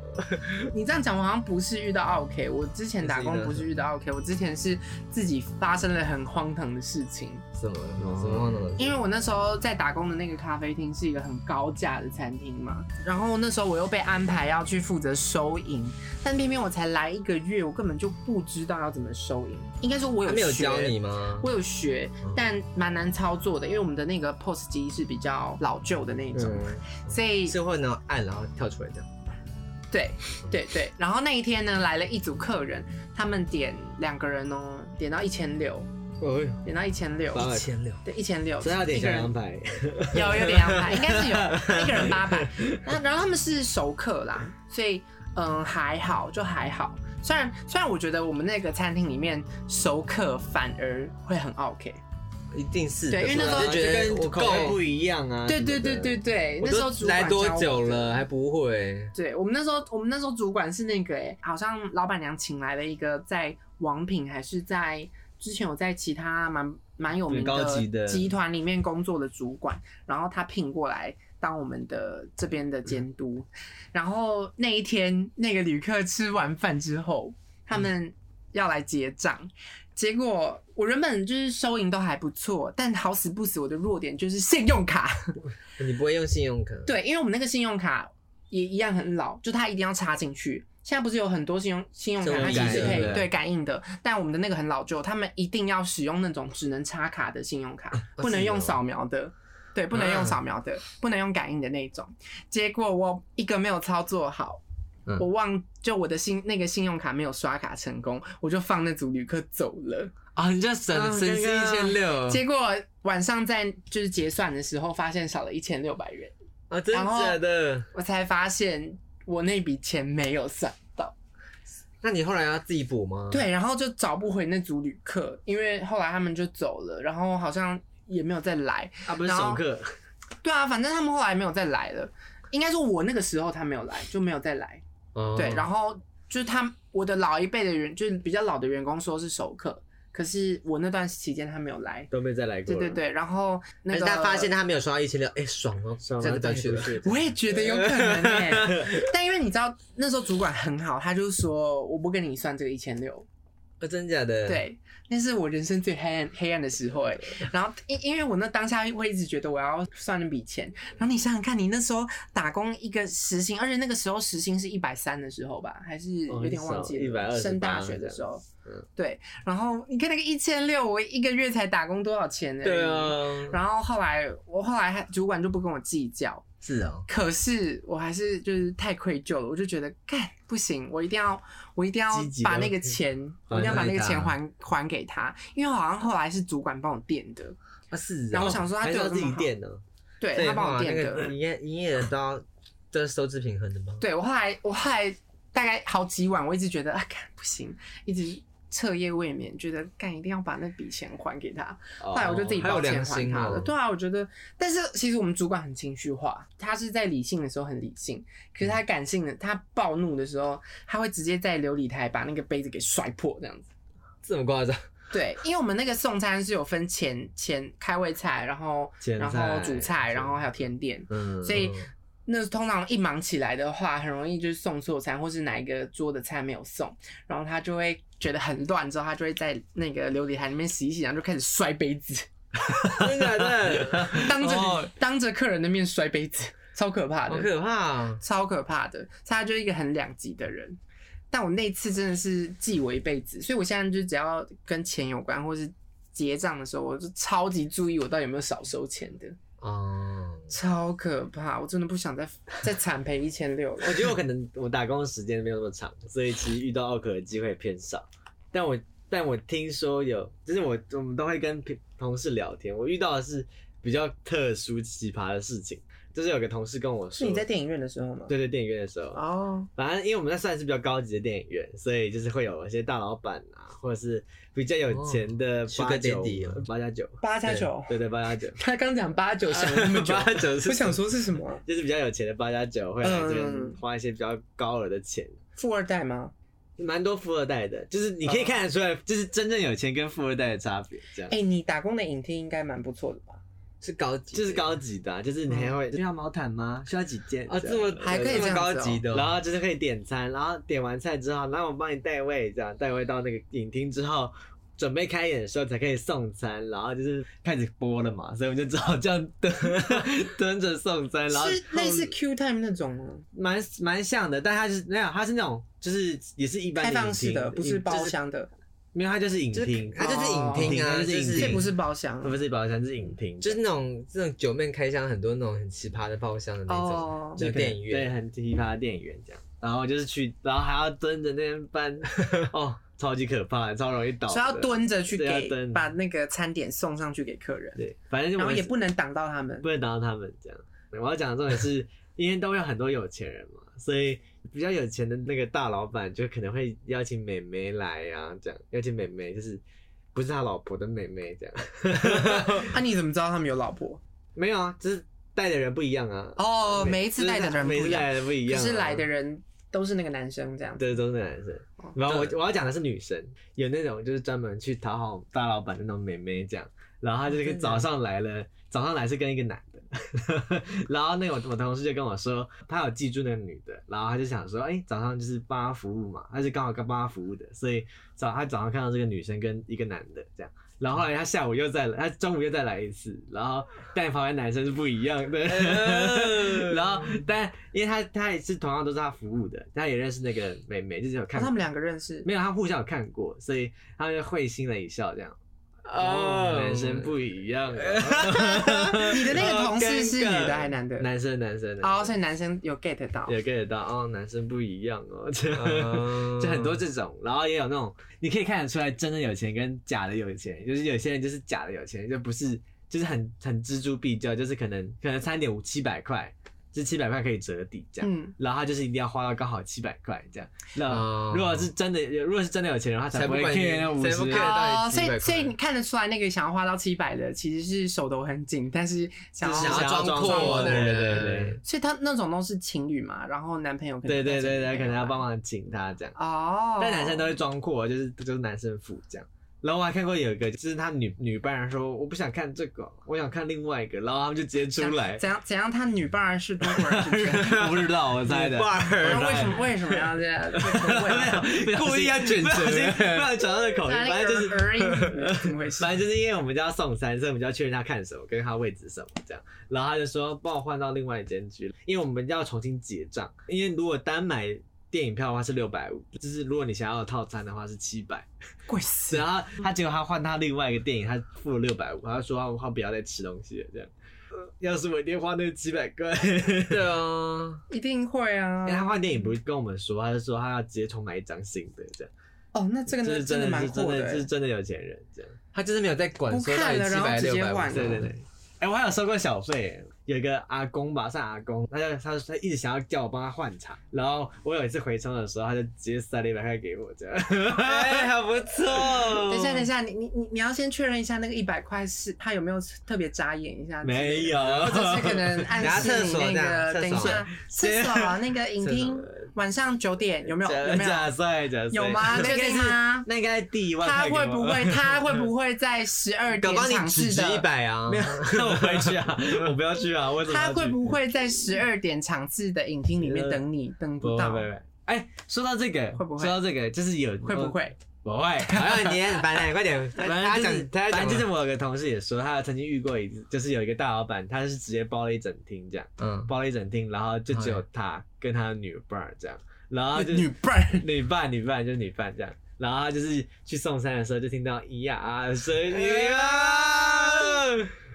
Speaker 1: 你这样讲，我好像不是遇到 OK，我之前打工不是遇到 OK，我之前是自己发生了很荒唐的事情。
Speaker 2: 什么什么什么？
Speaker 1: 因为我那时候在打工的那个咖啡厅是一个很高价的餐厅嘛，然后那时候我又被安排要去负责收银，但偏偏我才来一个月，我根本就不知道要怎么收银。应该说我有
Speaker 2: 他没有
Speaker 1: 学
Speaker 2: 教你吗？嗯
Speaker 1: 我有学，但蛮难操作的，因为我们的那个 POS 机是比较老旧的那种，所以
Speaker 2: 嗯是会呢按然后跳出来这样。
Speaker 1: 对对对。然后那一天呢，来了一组客人，他们点两个人哦，点到一千六，
Speaker 2: 哦，
Speaker 1: 点到一千六，
Speaker 3: 八百
Speaker 2: 千六，
Speaker 1: 对一千六，
Speaker 3: 真要点
Speaker 1: 一个
Speaker 3: 小
Speaker 1: 人
Speaker 3: 羊排，
Speaker 1: 有有点两百，应该是有一个人八 百。那然后他们是熟客啦，所以嗯还好，就还好。虽然虽然我觉得我们那个餐厅里面熟客反而会很 OK，
Speaker 2: 一定是
Speaker 1: 对因为那时候
Speaker 2: 就觉得
Speaker 3: 跟
Speaker 2: 我
Speaker 3: 口味
Speaker 2: 够，
Speaker 3: 不一样啊。
Speaker 1: 对对对对对，
Speaker 2: 我
Speaker 1: 那时候
Speaker 2: 都
Speaker 1: 主
Speaker 2: 来
Speaker 1: 管
Speaker 2: 多
Speaker 1: 教我
Speaker 2: 久
Speaker 1: 的？
Speaker 2: 了还不会？
Speaker 1: 对我们那时候，我们那时候主管是那个、欸，好像老板娘请来了一个在王品还是在之前有在其他蛮蛮有名
Speaker 3: 很高级的
Speaker 1: 集团里面工作的主管，然后他聘过来当我们的这边的监督。 然后那一天，那个旅客吃完饭之后，他
Speaker 3: 嗯
Speaker 1: 们要来结账。结果我原本就是收银都还不错，但好死不死我的弱点就是信用卡。
Speaker 2: 你不会用信用卡？
Speaker 1: 对，因为我们那个信用卡也一样很老，就它一定要插进去。现在不是有很多信用信用卡，
Speaker 2: 信用
Speaker 1: 它其
Speaker 2: 卡
Speaker 1: 实可以
Speaker 3: 对
Speaker 1: 对感应的，但我们的那个很老旧，他们一定要使用那种只能插卡的信用卡，不能用
Speaker 2: 是哦
Speaker 1: 扫描的。对，不能用
Speaker 2: 啊
Speaker 1: 扫描的，不能用感应的那种。结果我一个没有操作好，
Speaker 2: 嗯
Speaker 1: 我忘就我的信那个信用卡没有刷卡成功，我就放那组旅客走了。
Speaker 2: 啊，你就省
Speaker 3: 啊
Speaker 2: 省
Speaker 3: 尴
Speaker 2: 是一
Speaker 3: 尬
Speaker 2: 千六
Speaker 1: 结果晚上在就是结算的时候，发现少了一千六百元。
Speaker 2: 啊，真
Speaker 1: 然后
Speaker 2: 的假的？
Speaker 1: 我才发现我那笔钱没有算到，
Speaker 2: 那你后来要自己补吗？，
Speaker 1: 对，然后就找不回那组旅客，因为后来他们就走了，然后好像也没有再来。
Speaker 3: 啊，不是
Speaker 1: 然后
Speaker 3: 怂客，
Speaker 1: 对啊，反正他们后来没有再来了。应该说，我那个时候他没有来，就没有再来。
Speaker 2: 哦
Speaker 1: 对，然后就是他我的老一辈的员，就是比较老的员工说是熟客，可是我那段期间他没有来。
Speaker 3: 都没再来
Speaker 1: 对
Speaker 3: 过了。
Speaker 1: 对对，然后那
Speaker 2: 而
Speaker 1: 个
Speaker 2: 且他发现他没有刷到一千六，哎，爽哦，
Speaker 3: 爽
Speaker 2: 下
Speaker 3: 啊，
Speaker 2: 次不要去了。
Speaker 1: 我也觉得有可能哎、但因为你知道那时候主管很好，他就说我不跟你算这个一千六，
Speaker 2: 呃，真假的？，
Speaker 1: 对，那是我人生最黑暗黑暗的时候哎、然后因因为我那当下会一直觉得我要算那笔钱，然后你想想看，你那时候打工一个时薪，而且那个时候时薪是一百三的时候吧，还是有点忘记了，
Speaker 3: 哦很少128
Speaker 1: 升大学的时候
Speaker 3: 这样子嗯，
Speaker 1: 对，然后你看那个一千六，我一个月才打工多少钱呢、
Speaker 2: 对。啊，
Speaker 1: 然后后来，我后来还主管就不跟我计较，
Speaker 2: 是哦，
Speaker 1: 可是我还是就是太愧疚了，我就觉得干不行，我一定要我一定要
Speaker 2: 积极地
Speaker 1: 把那个钱，我一定要把那个钱
Speaker 2: 还
Speaker 1: 还还给他，因为好像后来是主管帮我垫的，
Speaker 2: 啊是哦。
Speaker 1: 然后我想说他
Speaker 3: 还
Speaker 1: 对
Speaker 3: 是
Speaker 1: 我
Speaker 3: 要
Speaker 1: 这
Speaker 3: 自己
Speaker 1: 么好，
Speaker 3: 垫呢。
Speaker 1: 对他帮我垫
Speaker 2: 那
Speaker 1: 的，
Speaker 2: 个营业营业额都要都是收支平衡的吗？
Speaker 1: 对我后来我后来大概好几晚，我一直觉得啊，干不行，一直彻夜未眠，觉得干一定要把那笔钱还给他，
Speaker 3: 后
Speaker 1: 后来我就自己
Speaker 2: 哦还有
Speaker 1: 抱歉
Speaker 2: 良
Speaker 1: 还
Speaker 2: 心
Speaker 1: 他
Speaker 2: 哦
Speaker 1: 了。对啊，我觉得，但是其实我们主管很情绪化，他是在理性的时候很理性，可是他感性的，他暴怒的时候，他会直接在琉璃台把那个杯子给摔破这样子。
Speaker 2: 这么夸张？
Speaker 1: 对，因为我们那个送餐是有分前前开胃菜，然后
Speaker 3: 前
Speaker 1: 然后主
Speaker 3: 菜
Speaker 1: 菜，
Speaker 3: 是
Speaker 1: 然后还有甜点。
Speaker 3: 嗯
Speaker 1: 所以那通常一忙起来的话，很容易就是送错餐，或是哪一个桌的菜没有送，然后他就会觉得很乱，之后他就会在那个琉璃台里面洗一洗，然后就开始摔杯子。
Speaker 2: 真假的？
Speaker 1: 当着、
Speaker 2: 哦
Speaker 1: 当着客人的面摔杯子，超可怕
Speaker 2: 好
Speaker 1: 的，
Speaker 2: 可怕哦！
Speaker 1: 超可怕的。所以他就是一个很两极的人。但我那次真的是记我一辈子，所以我现在就只要跟钱有关，或是结账的时候，我就超级注意我到底有没有少收钱的，
Speaker 2: 哦，
Speaker 1: 超可怕。我真的不想再 再惨赔一千六了。
Speaker 3: 我觉得我可能我打工的时间没有那么长，所以其实遇到奥可的机会偏少。但我但我听说有，就是我我们都会跟平同事聊天，我遇到的是比较特殊奇葩的事情，就是有个同事跟我
Speaker 1: 是
Speaker 3: 说，
Speaker 1: 你在电影院的时候吗？
Speaker 3: 对对电影院的时候，
Speaker 1: 哦，
Speaker 3: 反正因为我们那算是比较高级的电影院，所以就是会有一些大老板啊，或者是比较有钱的
Speaker 2: 哦
Speaker 3: 八
Speaker 2: Sugar
Speaker 3: 九
Speaker 2: Daddy 哦
Speaker 3: 八加九，
Speaker 1: 八加九，
Speaker 3: 对对八加九，
Speaker 1: 他刚讲八九，想 了那么久，
Speaker 3: 八九是
Speaker 1: 我想说是什么
Speaker 3: 就是比较有钱的八加九会来这边
Speaker 1: 嗯
Speaker 3: 花一些比较高额的钱。
Speaker 1: 富二代吗？
Speaker 3: 蛮多富二代的，就是你可
Speaker 1: 嗯
Speaker 3: 以看得出来，就是真正有钱跟富二代的差别，这样、
Speaker 1: 哎、你打工的影厅应该蛮不错的吧？
Speaker 2: 是高级，
Speaker 3: 就是高级的啊、就是你还会需要毛毯吗？需要几件
Speaker 2: 啊，这么
Speaker 1: 还可以嗯哦这
Speaker 2: 这么
Speaker 1: 样子
Speaker 2: 高
Speaker 1: 哦
Speaker 2: 级的哦，
Speaker 3: 然后就是可以点餐，然后点完菜之后，然后我帮你带位，这样带位到那个影厅之后，准备开演的时候才可以送餐，然后就是开始播了嘛，所以我们就只好这样 蹲蹲着送餐，然后
Speaker 1: 是类似 Q Time 那种吗？
Speaker 3: 蛮蛮像的，但它是没有，它是那种就是也是一般的
Speaker 1: 开放
Speaker 3: 影
Speaker 1: 式
Speaker 3: 厅
Speaker 1: 的，不是包，
Speaker 3: 就是
Speaker 1: 厢的，
Speaker 3: 没有，它就是影厅，
Speaker 2: 它就是影厅啊，
Speaker 3: 哦
Speaker 2: 就
Speaker 3: 就是
Speaker 2: 是
Speaker 3: 影
Speaker 1: 这
Speaker 3: 厅
Speaker 1: 不是包厢
Speaker 3: 它不是包厢，是影厅，
Speaker 2: 就是那种这种九面开箱，很多那种很奇葩的包厢的那种，
Speaker 1: 哦。
Speaker 2: 就是电影
Speaker 3: 对，
Speaker 2: 院。
Speaker 3: 很奇葩的电影院这样。然后就是去，然后还要蹲着那边 搬，哦，超级可怕，超容易倒的。
Speaker 1: 所以要蹲着去
Speaker 3: 对要
Speaker 1: 给
Speaker 3: 蹲
Speaker 1: 把那个餐点送上去给客人，
Speaker 3: 对，反正就
Speaker 1: 然后
Speaker 3: 我
Speaker 1: 也
Speaker 3: 也
Speaker 1: 不能挡到他们
Speaker 3: 不。能打到他们这样。我要讲的重点是，因为都会有很多有钱人嘛，所以比较有钱的那个大老板就可能会邀请美眉来啊，这样邀请美眉就是不是他老婆的美眉这样，
Speaker 1: 啊，你怎么知道他们有老婆？
Speaker 3: 没有啊，就是带的人不一样啊。
Speaker 1: 哦，每一次带的人不
Speaker 3: 每
Speaker 1: 一
Speaker 3: 次带
Speaker 1: 样，
Speaker 3: 的人不一
Speaker 1: 可
Speaker 3: 样啊，
Speaker 1: 是来的人都是那个男生这样。
Speaker 3: 对，都是男生。然后我我要讲的是女生，有那种就是专门去讨好大老板的那种妹妹这样，然后她就是早上来了，早上来是跟一个男的， 然后那个我我同事就跟我说，他有记住那个女的，然后他就想说，哎、早上就是帮她服务嘛，他是刚好跟帮她服务的，所以早他早上看到这个女生跟一个男的这样。然后后来他下午又再来，他中午又再来一次，然后但旁边男生是不一样的， 然后但因为他他也是同样都是他服务的，他也认识那个美眉，就是有
Speaker 1: 哦
Speaker 3: 看
Speaker 1: 他们两个认识
Speaker 3: 没有，他互相有看过，所以他们就会心了一笑，这样。
Speaker 2: 哦
Speaker 3: 男生不一样、啊。
Speaker 1: 你的那个同事 是女的还是男的？
Speaker 3: 男生，男生，
Speaker 1: 哦，所
Speaker 3: 男生
Speaker 1: 以男生有 get 到。
Speaker 3: 也 get 得到哦，男生不一样哦，这样
Speaker 2: 嗯
Speaker 3: 就很多这种，然后也有那种，你可以看得出来，真的有钱跟假的有钱，就是有些人就是假的有钱，就不是，就是很很锱铢必较，就是可能可能餐点五七百块，这七百块可以折抵这样，
Speaker 1: 嗯，
Speaker 3: 然后他就是一定要花到刚好七百块这样。那
Speaker 2: 哦
Speaker 3: 如果是真的，如果是真的有钱人，他
Speaker 2: 才
Speaker 3: 不
Speaker 2: 不
Speaker 3: 会
Speaker 2: 管你
Speaker 3: care 那五
Speaker 2: 才不
Speaker 3: 十
Speaker 2: care
Speaker 1: 哦，
Speaker 2: 大概
Speaker 1: 所
Speaker 2: 几百
Speaker 1: 以所以
Speaker 2: 块
Speaker 1: 你看得出来，那个想要花到七百的，其实是手头很紧，但是想
Speaker 2: 就是
Speaker 1: 要
Speaker 2: 想要装
Speaker 3: 装
Speaker 2: 阔的
Speaker 3: 对
Speaker 2: 人
Speaker 3: 对对
Speaker 1: 所以他那种都是情侣嘛，然后男朋友可能
Speaker 3: 对对对
Speaker 1: 带
Speaker 3: 对，
Speaker 1: 着
Speaker 3: 可
Speaker 1: 女
Speaker 3: 能要
Speaker 1: 朋友来
Speaker 3: 帮忙请他这样。
Speaker 1: 哦，
Speaker 3: 但男生都会装阔，就是就是男生付这样。然后我还看过有一个，就是他女女伴儿说我不想看这个，我想看另外一个，然后他们就直接出来，
Speaker 1: 怎样怎样，他女伴儿是多国人是不是？
Speaker 3: 不知道我猜的，
Speaker 2: 伴儿
Speaker 1: 那为什么为什么要这样？这个为了
Speaker 3: 没有
Speaker 2: 故意要卷
Speaker 3: 不 小心
Speaker 2: 舌
Speaker 3: 不小心转到的口音，
Speaker 1: 那
Speaker 3: 哦反正就是
Speaker 1: 个儿 音怎么回事？
Speaker 3: 反正就是因为我们就要送餐，所以我们就要确认他看什么，跟他位置什么这样。然后他就说帮我换到另外一间去，因为我们要重新结账。因为如果单买电影票的话是六百五，就是如果你想要有套餐的话是七百。
Speaker 1: 贵死
Speaker 3: 然后他结果他换他另外一个电影，他付了六百五，他就说他他不要再吃东西了这样。呃要是我一定花那七百块，
Speaker 1: 嗯
Speaker 2: 对啊，
Speaker 1: 一定会啊
Speaker 3: 因哎为！他换电影不是跟我们说，他就说他要直接重买一张新的这样。
Speaker 1: 哦，那这个
Speaker 3: 就
Speaker 1: 呢
Speaker 3: 是真
Speaker 1: 的蛮
Speaker 3: 是真
Speaker 1: 酷
Speaker 3: 的
Speaker 1: 的
Speaker 3: 是
Speaker 1: 欸。
Speaker 3: 真的有钱人这样。
Speaker 2: 他就是没有在管
Speaker 1: 不
Speaker 2: 说到
Speaker 1: 看
Speaker 2: 底
Speaker 1: 了
Speaker 2: 七
Speaker 1: 然后
Speaker 2: 百
Speaker 1: 直
Speaker 2: 六
Speaker 1: 接
Speaker 2: 百
Speaker 1: 换
Speaker 2: 五，
Speaker 3: 对对对。哎、我还有收过小费，有一个阿公吧，算阿公，他就他他一直想要叫我帮他换茶，然后我有一次回充的时候，他就直接塞了一百块给我，这 样，
Speaker 2: 哎，还不错。
Speaker 1: 等一
Speaker 2: 等
Speaker 1: 下，等一下，你你你你要先确认一下那个一百块是他有没有特别眨眼一下？
Speaker 3: 没有，
Speaker 1: 或者是可 能暗示你那个
Speaker 2: 等
Speaker 1: 等一
Speaker 2: 一
Speaker 1: 下
Speaker 2: 下
Speaker 1: 厕
Speaker 3: 厕所
Speaker 1: 所啊那 个影厅晚上九点有没有有没有
Speaker 3: 假赛假赛
Speaker 1: 有 吗？确定吗？
Speaker 3: 那应该第一万，
Speaker 1: 他会不会？他会不会在十二
Speaker 2: 搞
Speaker 1: 点
Speaker 2: 不好
Speaker 1: 尝
Speaker 2: 你只
Speaker 1: 试
Speaker 2: 值
Speaker 1: 的
Speaker 2: 一？百啊
Speaker 3: 没，有，那我不会去 啊，我不要去啊，为什么？
Speaker 1: 他会不？会在十二点场次的影厅里面等 你？等不
Speaker 3: 不会不
Speaker 1: 到，
Speaker 3: 会。哎，说到这个，说到这个，就是有
Speaker 1: 会不？会？
Speaker 3: 不会。
Speaker 2: 好像你很烦哎，快点，大
Speaker 3: 反
Speaker 2: 家
Speaker 3: 正就
Speaker 2: 讲
Speaker 3: 是，，
Speaker 2: 大家
Speaker 3: 反
Speaker 2: 讲
Speaker 3: 正
Speaker 2: 了，
Speaker 3: 就是我有个同事也说，他曾经遇过一次，就是有一个大老板，他是直接包了一整厅这样，
Speaker 2: 嗯，
Speaker 3: 包了一整厅，然后就只有他跟他的女伴儿这样，然
Speaker 2: 啊
Speaker 3: 后就
Speaker 1: 哎女伴儿，
Speaker 3: 女伴女伴就是女伴这样，然后他就是去送餐的时候就听到咿呀啊声音啊，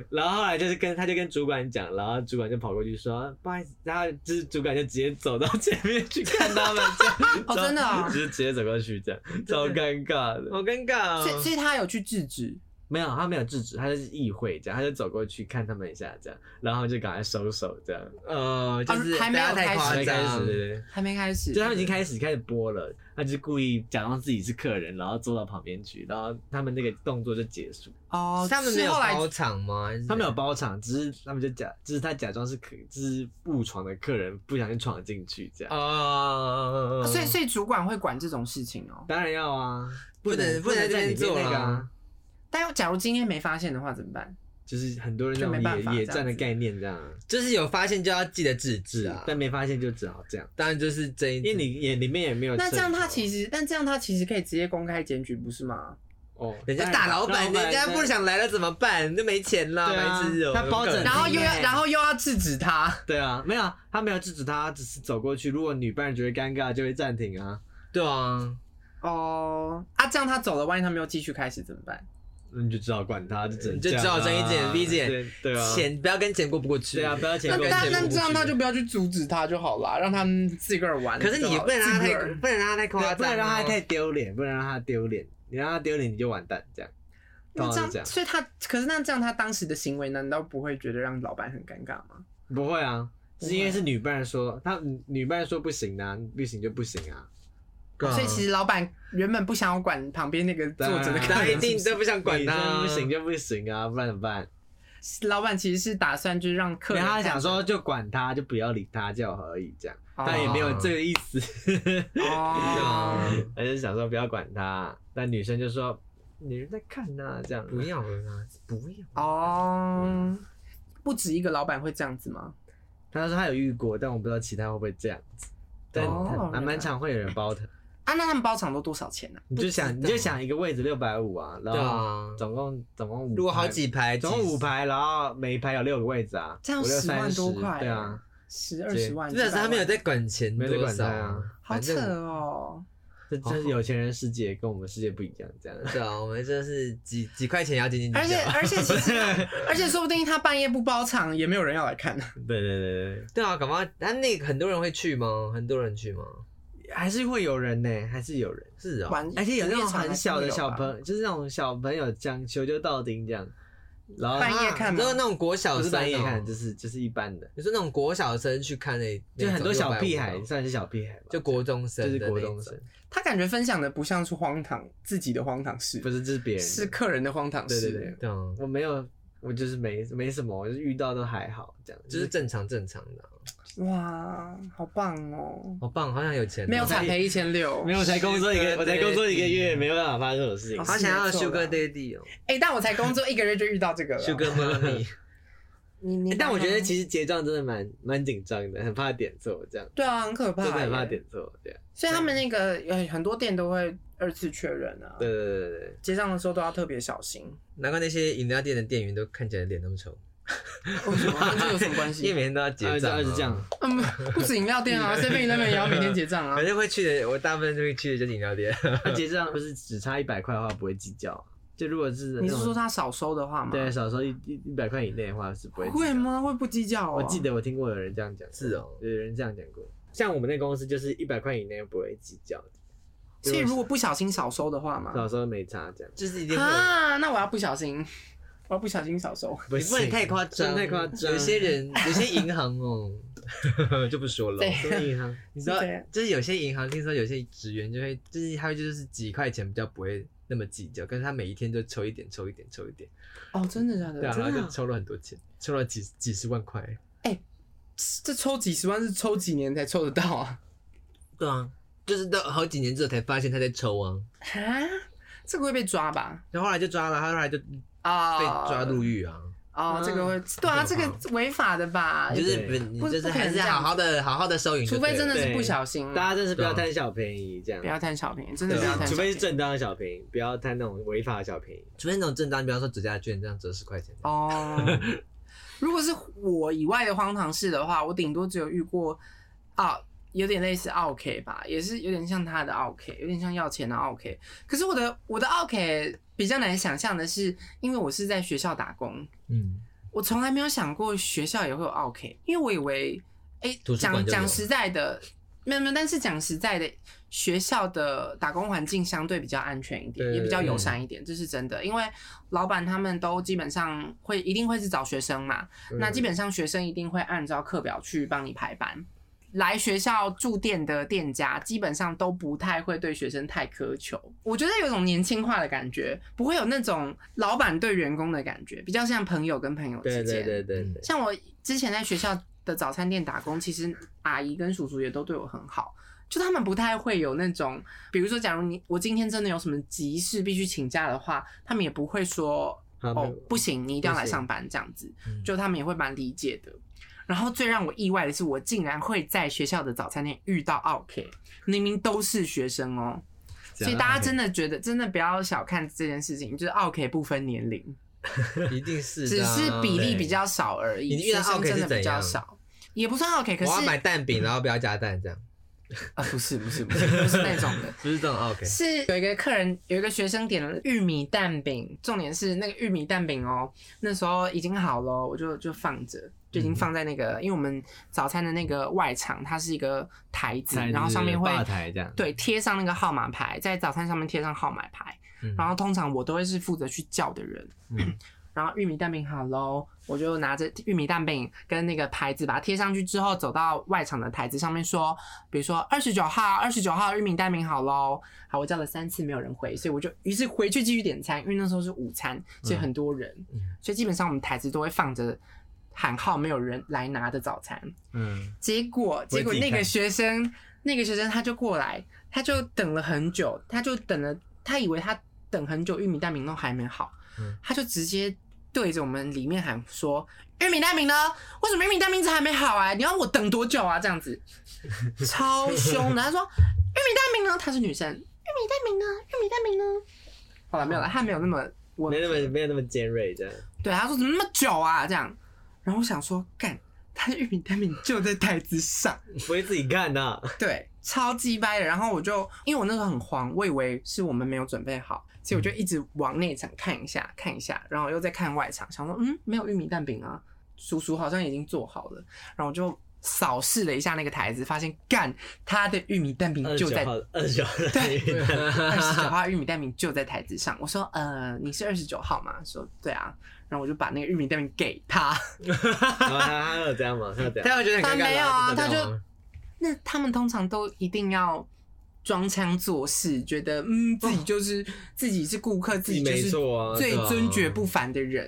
Speaker 3: 然后后来就是跟他就跟主管讲，然后主管就跑过去说不好意思，然后就是主管就直接走到前面去看他们这样
Speaker 1: 哦真的哦
Speaker 3: 就是直接走过去这样，超尴尬的。
Speaker 2: 好尴尬
Speaker 1: 所以
Speaker 2: 哦。
Speaker 1: 所以他有去制止。
Speaker 3: 没有，他没有制止，他就是意会这样，他就走过去看他们一下这样，然后就赶快收手这样。
Speaker 2: 呃，就是
Speaker 1: 啊还没有
Speaker 2: 大家太
Speaker 1: 开
Speaker 2: 夸
Speaker 3: 才开始，
Speaker 2: 张，
Speaker 3: 对对
Speaker 1: 还没开始，
Speaker 3: 对，就
Speaker 2: 啊
Speaker 3: 他们已经开始开始播了，他就故意假装自己是客人，然后坐到旁边去，然后他们那个动作就结束。
Speaker 1: 哦，
Speaker 2: 他们没
Speaker 1: 是
Speaker 2: 有
Speaker 1: 后来
Speaker 2: 包场吗？还是
Speaker 3: 他们有包场，只是他们就假，就是他假装是客，就是误闯的客人，不小心闯进去这样。
Speaker 2: 哦，
Speaker 1: 啊所
Speaker 3: 嗯
Speaker 1: 以所以主管会管这种事情哦。
Speaker 3: 当然要啊，
Speaker 2: 不能不
Speaker 3: 不能
Speaker 2: 能在这
Speaker 3: 在里
Speaker 2: 边
Speaker 3: 面
Speaker 2: 做
Speaker 3: 那个啊
Speaker 2: 啦，
Speaker 1: 但假如今天没发现的话怎么办？
Speaker 3: 就是很多人
Speaker 1: 就没
Speaker 3: 那
Speaker 1: 办法
Speaker 3: 种野野
Speaker 1: 这样
Speaker 3: 战的
Speaker 1: 子
Speaker 3: 概念这样啊，
Speaker 2: 就是有发现就要记得制止啊，
Speaker 3: 但没发现就只好这样，
Speaker 2: 当然就是这一，
Speaker 3: 因为你也里面也没有摄
Speaker 1: 那
Speaker 3: 影头。
Speaker 1: 这样他其实，但这样他其实可以直接公开检举，不是吗？
Speaker 3: 哦，
Speaker 2: 人家大老板，人家不想来了怎么办？就没钱了，
Speaker 3: 对啊
Speaker 2: 白痴哦。
Speaker 3: 他包整
Speaker 2: 有可能
Speaker 1: 然后又要，
Speaker 2: 耶
Speaker 1: 然后又要制止他。
Speaker 3: 对啊，没有啊，他没有制止他，只是走过去。如果女伴觉得尴尬，就会暂停啊，
Speaker 2: 对啊，
Speaker 1: 哦，啊，这样他走了，万一他没有继续开始怎么办？
Speaker 3: 那你就只好管他，就只能
Speaker 2: 你就
Speaker 3: 这样
Speaker 2: 只好睁一只
Speaker 3: 啊
Speaker 2: 眼闭一只眼
Speaker 3: 对对啊，
Speaker 2: 钱不要跟钱过不过去。
Speaker 3: 对啊，不要钱
Speaker 1: 那
Speaker 3: 过
Speaker 2: 跟
Speaker 3: 不
Speaker 1: 那
Speaker 2: 谁
Speaker 3: 去。
Speaker 2: 过
Speaker 1: 那
Speaker 2: 不
Speaker 1: 这样
Speaker 2: 去
Speaker 1: 他就不要去阻止他就好啊啦，让他们自个儿玩就
Speaker 2: 可
Speaker 1: 好了。
Speaker 2: 是你也不能让
Speaker 1: 自
Speaker 2: 他太
Speaker 1: 个，儿
Speaker 2: 不能让他太夸张哦，
Speaker 3: 对啊不能让他太丢脸，不能让他丢脸。你让他丢脸，你就完蛋。这样，
Speaker 1: 那
Speaker 3: 通常是
Speaker 1: 这样，所以他可是那这样，他当时的行为难道不会觉得让老板很尴尬吗？
Speaker 3: 不会啊，
Speaker 1: 不
Speaker 3: 是因为
Speaker 1: 会
Speaker 3: 是女伴说，他女伴说不行啊，不行就不行啊。
Speaker 2: 对啊，
Speaker 1: 所以其实老板原本不想要管旁边那个坐着的
Speaker 3: 当然
Speaker 1: 客
Speaker 2: 他一
Speaker 1: 人，
Speaker 2: 定都不想管
Speaker 3: 你真的
Speaker 2: 他，
Speaker 3: 不行就不行啊，不然怎么办？
Speaker 1: 老板其实是打算就是让客人
Speaker 3: 然后他
Speaker 1: 看着。
Speaker 3: 想说就管他，就不要理他就好而已，这样，
Speaker 1: 哦，
Speaker 3: 但也没有这个意思。
Speaker 1: 哦，
Speaker 2: 对啊
Speaker 3: 他就想说不要管他，但女生就说女人在看呐、这样
Speaker 2: 不要了啦，不要。
Speaker 1: 哦，不止一个老板会这样子吗？
Speaker 3: 他说他有遇过，但我不知道其他会不会这样子，但
Speaker 1: 哦
Speaker 3: 很
Speaker 1: 原
Speaker 3: 蛮
Speaker 1: 来
Speaker 3: 蛮常会有人包的。
Speaker 1: 啊，那他们包场都多少钱啊呢、
Speaker 3: 你就想你就想一个位置六百五啊，然
Speaker 2: 对
Speaker 3: 后
Speaker 2: 啊，
Speaker 3: 总共总共五排，
Speaker 2: 如果好几排，
Speaker 3: 总共
Speaker 2: 几
Speaker 3: 五，排，然后每一排有六个位置啊，
Speaker 1: 这样
Speaker 3: 五六
Speaker 1: 10万多
Speaker 3: 30
Speaker 1: 块
Speaker 3: 对啊，
Speaker 1: 十二十万，
Speaker 2: 真的是他没有在管钱
Speaker 3: 没得
Speaker 2: 多
Speaker 3: 管他
Speaker 2: 少
Speaker 3: 啊，
Speaker 1: 好
Speaker 2: 反
Speaker 1: 扯
Speaker 2: 正
Speaker 1: 哦。
Speaker 3: 这这是有钱人世界，跟我们世界不一样，这样。
Speaker 2: 对啊，我们就是几几块钱要斤斤计
Speaker 1: 而且
Speaker 2: 较。
Speaker 1: 而且 其实，而且说不定他半夜不包场，也没有人要来看。
Speaker 3: 对对对对
Speaker 2: 对啊，搞不好那那个很多人会去吗？很多人去吗？
Speaker 3: 对，还是会有人呢、还是有人。
Speaker 2: 是啊，
Speaker 1: 玩
Speaker 3: 而且有那种
Speaker 1: 午夜场
Speaker 3: 很小的小朋
Speaker 1: 还是会有吧
Speaker 3: 友，就是那种小朋友讲求救到丁这样，然后
Speaker 1: 半夜看
Speaker 2: 你
Speaker 1: 吗
Speaker 2: 知？道那种国小
Speaker 3: 不是
Speaker 2: 生
Speaker 3: 半夜
Speaker 2: 哦
Speaker 3: 看，就是就是一般的，
Speaker 2: 你说那种国小生去看那，
Speaker 3: 就很多小屁
Speaker 2: 那
Speaker 3: 孩，
Speaker 2: 种650
Speaker 3: 算是小屁孩吧，
Speaker 2: 哦就国中生的那
Speaker 3: 就是
Speaker 2: 种，
Speaker 3: 国中生，
Speaker 1: 他感觉分享的不像是荒唐，自己的荒唐事，
Speaker 3: 不是就是别人的
Speaker 1: 是客人的荒唐
Speaker 3: 对
Speaker 1: 事。
Speaker 3: 对对，
Speaker 2: 对啊，
Speaker 3: 我没有，我就是没没什么，我就是遇到都还好这样，
Speaker 2: 就
Speaker 3: 就是是
Speaker 2: 正常正常的啊，
Speaker 1: 哇，好棒哦！
Speaker 2: 好棒，好想有钱哦，
Speaker 1: 没有惨赔一千六，
Speaker 3: 没有，我才工作一个，我才工作一个月，没有办法发生这种事情
Speaker 1: 哦。
Speaker 2: 好想要
Speaker 1: 是没错啦
Speaker 2: Sugar Daddy 哦
Speaker 1: 哎、但我才工作一个月就遇到这个了。
Speaker 2: ，Sugar Mommy，
Speaker 1: 你你
Speaker 3: 欸但我觉得
Speaker 2: 嗯
Speaker 3: 其
Speaker 1: 实
Speaker 3: 实结账真的蛮蛮紧张的，很怕点错这样，
Speaker 1: 对啊，很可怕
Speaker 3: 真
Speaker 1: 耶，
Speaker 3: 的很怕点错这样。
Speaker 1: 所以他们那个有很多店都会二次确认啊，
Speaker 3: 对对对对对，
Speaker 1: 结账的时候都要特别小心。
Speaker 2: 难怪那些饮料店的店员都看起来脸那么丑，
Speaker 1: 为什么？跟这有什么关
Speaker 2: 因为
Speaker 1: 系？
Speaker 2: 每天都要结账啊，
Speaker 3: 二哦十这样，
Speaker 1: 嗯，不止饮料店 啊，seven eleven 也要每天结账啊
Speaker 2: 反。正会去的，我大部分都会去的就是饮料店，
Speaker 3: 那结账不是只差一百块的话不会计较，就如果是
Speaker 1: 你是说
Speaker 3: 他
Speaker 1: 他少收的话吗？
Speaker 3: 对少说一一一百块以内的话是不会计较
Speaker 1: 会？吗？会不计较、哦？
Speaker 3: 我记得我听过有人这样讲，
Speaker 2: 是哦
Speaker 3: 有人这样讲过。像我们那公司就是一百块以内不会计较的，
Speaker 1: 所以如果不小心少收的话嘛，
Speaker 3: 少说没差这样。
Speaker 2: 就是一定会有。
Speaker 1: 啊，那我要不小心，我要不小心少收。
Speaker 3: 不
Speaker 2: 你 不能
Speaker 3: 行
Speaker 2: 太夸张，
Speaker 3: 真的太夸 张。
Speaker 2: 有些人，有些银行哦， 就不说了。
Speaker 1: 对
Speaker 3: 什么银 行，
Speaker 2: 你知
Speaker 1: 是
Speaker 2: 道
Speaker 1: 这样，
Speaker 2: 就是有些银行听说有些职员就会，就是他会就是几块钱比较不会那么计较，但是他每一天就抽一点，抽一点，抽一点，
Speaker 1: 哦，真的假的？
Speaker 2: 对啊，
Speaker 1: 真
Speaker 2: 然
Speaker 1: 的
Speaker 2: 后
Speaker 1: 啊
Speaker 2: 就抽了很多钱，抽了几几十万块。
Speaker 1: 这抽几十万是抽几年才抽得到 啊？
Speaker 2: 对啊，就是到好几年之后才发现他在抽啊，
Speaker 1: 啊，这个会被抓吧？
Speaker 2: 然后后来就抓了，他后来就
Speaker 1: 啊、
Speaker 2: 被抓入狱啊。
Speaker 1: 哦，这
Speaker 3: 嗯
Speaker 1: 个会对啊，这
Speaker 2: 这个
Speaker 1: 个
Speaker 2: 吧
Speaker 1: 违法的吧？
Speaker 2: 你就是
Speaker 3: 对
Speaker 2: 不，你
Speaker 1: 哎不
Speaker 2: 就是
Speaker 1: 不可
Speaker 2: 还
Speaker 1: 能
Speaker 2: 是
Speaker 1: 这
Speaker 2: 好
Speaker 1: 样
Speaker 2: 好的好好的收银就
Speaker 1: 除
Speaker 2: 对
Speaker 1: 非
Speaker 2: 了，
Speaker 1: 真的是不小心，
Speaker 3: 大家真是不要
Speaker 2: 对啊
Speaker 3: 贪小便宜这样
Speaker 1: 不。要贪小便宜，真的
Speaker 3: 对啊
Speaker 1: 不要贪。
Speaker 3: 除非是正当的小便宜，不要贪那种违法的小便宜。
Speaker 2: 除非那种正当，比方说折价券这样折十块钱。
Speaker 1: 哦。 如果是我以外的荒唐事的话，我顶多只有遇过啊，有点类似 OK 吧，也是有点像他的 OK，有点像要钱的 OK。可是我的我的 OK 比较难想象的是，因为我是在学校打工，
Speaker 2: 嗯，
Speaker 1: 我从来没有想过学校也会有 OK，因为我以为，哎、
Speaker 2: 图书
Speaker 1: 讲
Speaker 2: 馆就有
Speaker 1: 讲实在的，没有没有，但是讲实在的，学校的打工环境相对比较安全一点，
Speaker 3: 对
Speaker 1: 也比较
Speaker 2: 嗯
Speaker 1: 友善一点，这是真的。因为老板他们都基本上会一定会是找学生嘛，那基本上学生一定会按照课表去帮你排班。来学校住店的店家基本上都不太会对学生太苛求，我觉得有种年轻化的感觉，不会有那种老板对员工的感觉，比较像朋友跟朋友之
Speaker 3: 对
Speaker 1: 间。
Speaker 3: 对对对
Speaker 2: 嗯
Speaker 3: 对，
Speaker 1: 像我之前在学校的早餐店打工，其实阿姨跟叔叔也都对我很好，就他们不太会有那种，比如说，假如你我今天真的有什么急事必须请假的话，他们也不会说
Speaker 3: 好
Speaker 1: 哦
Speaker 3: 没有
Speaker 1: 不行，你一定要来
Speaker 3: 不行
Speaker 1: 上班这样子
Speaker 2: 嗯，
Speaker 1: 就他们也会蛮理解的。然后最让我意外的是，我竟然会在学校的早餐店遇到 OK，明明都是学生哦、所以大家真的觉得真的不要小看这件事情，就是 OK 不分年龄。
Speaker 2: 一定是
Speaker 1: 只
Speaker 2: 的啊，
Speaker 1: 是比例
Speaker 2: 对
Speaker 1: 比。较少而已。
Speaker 2: 你遇到
Speaker 1: 学生
Speaker 2: OK 是
Speaker 1: 真的比
Speaker 2: 怎
Speaker 1: 较
Speaker 2: 样
Speaker 1: 少，也不算 OK，可
Speaker 2: 我
Speaker 1: 是
Speaker 2: 要买蛋饼，然后不要加蛋，这样，
Speaker 1: 啊，不是不是不是不是那种的
Speaker 2: 不是这种哦 OK。
Speaker 1: 是有一个客人有一个学生点了玉米蛋饼，重点是那个玉米蛋饼哦，那时候已经好了，我就就放着。就已经放在那个，因为我们早餐的那个外场，它是一个台子，然后上面会
Speaker 3: 吧台这样。
Speaker 1: 对，贴上那个号码牌，在早餐上面贴上号码牌，
Speaker 2: 嗯
Speaker 1: 然后通常我都会是负责去叫的人。
Speaker 2: 嗯
Speaker 1: 然后玉米蛋饼好喽，我就拿着玉米蛋饼跟那个牌子把它贴上去之后，走到外场的台子上面说，比如说二十九号，二十九号玉米蛋饼好喽。好，我叫了三次没有人回，所以我就于是回去继续点餐，因为那时候是午餐，所以很多人，
Speaker 2: 嗯
Speaker 1: 所以基本上我们台子都会放着喊号没有人来拿的早餐。
Speaker 3: 嗯，
Speaker 1: 结果
Speaker 3: 我
Speaker 1: 结果
Speaker 3: 自己
Speaker 1: 那个
Speaker 3: 看
Speaker 1: 学生，那个学生他就过来，他就等了很久，他就等了，他以为他等很久，玉米蛋饼都还没好，
Speaker 2: 嗯
Speaker 1: 他就直接对着我们里面喊说：“玉米蛋饼呢？为什么玉米蛋饼一直还没好啊？你要我等多久啊？”这样子，超凶的。他说：“玉米蛋饼呢？”她是女生，玉米蛋饼呢？玉米蛋饼呢？好了，没有了，他没有那么我
Speaker 3: 没有那么没有那么尖锐这样。
Speaker 1: 对，他说怎么那么久啊？这样，然后我想说，干，他的玉米蛋饼就在台子上。
Speaker 3: 不会自己 看的、
Speaker 1: 对，超鸡掰的。然后我就因为我那时候很慌，我以为是我们没有准备好，所以我就
Speaker 3: 嗯
Speaker 1: 一直往内场看一下，看一下，然后又再看外场，想说嗯，没有玉米蛋饼啊，叔叔好像已经做好了，然后我就扫视了一下那个台子，发现干他的玉米蛋饼就在
Speaker 3: 二十九号，
Speaker 1: 对
Speaker 3: 对，
Speaker 1: 二十九号玉米蛋饼就在台子上。我说，呃，你是二十九号吗？说对啊，然后我就把那个玉米蛋饼给他。
Speaker 3: 然后他他有这样吗？他有这样，
Speaker 2: 他会觉得很尴尬
Speaker 1: 他
Speaker 2: 啦。
Speaker 1: 没有啊
Speaker 2: 就这样
Speaker 1: 他就
Speaker 2: 吗
Speaker 1: 那他们通常都一定要装腔作势，觉得嗯自己就是、自己是顾客，自己就
Speaker 3: 没
Speaker 1: 是
Speaker 3: 错啊，
Speaker 1: 最
Speaker 2: 对啊
Speaker 1: 尊爵不凡的人，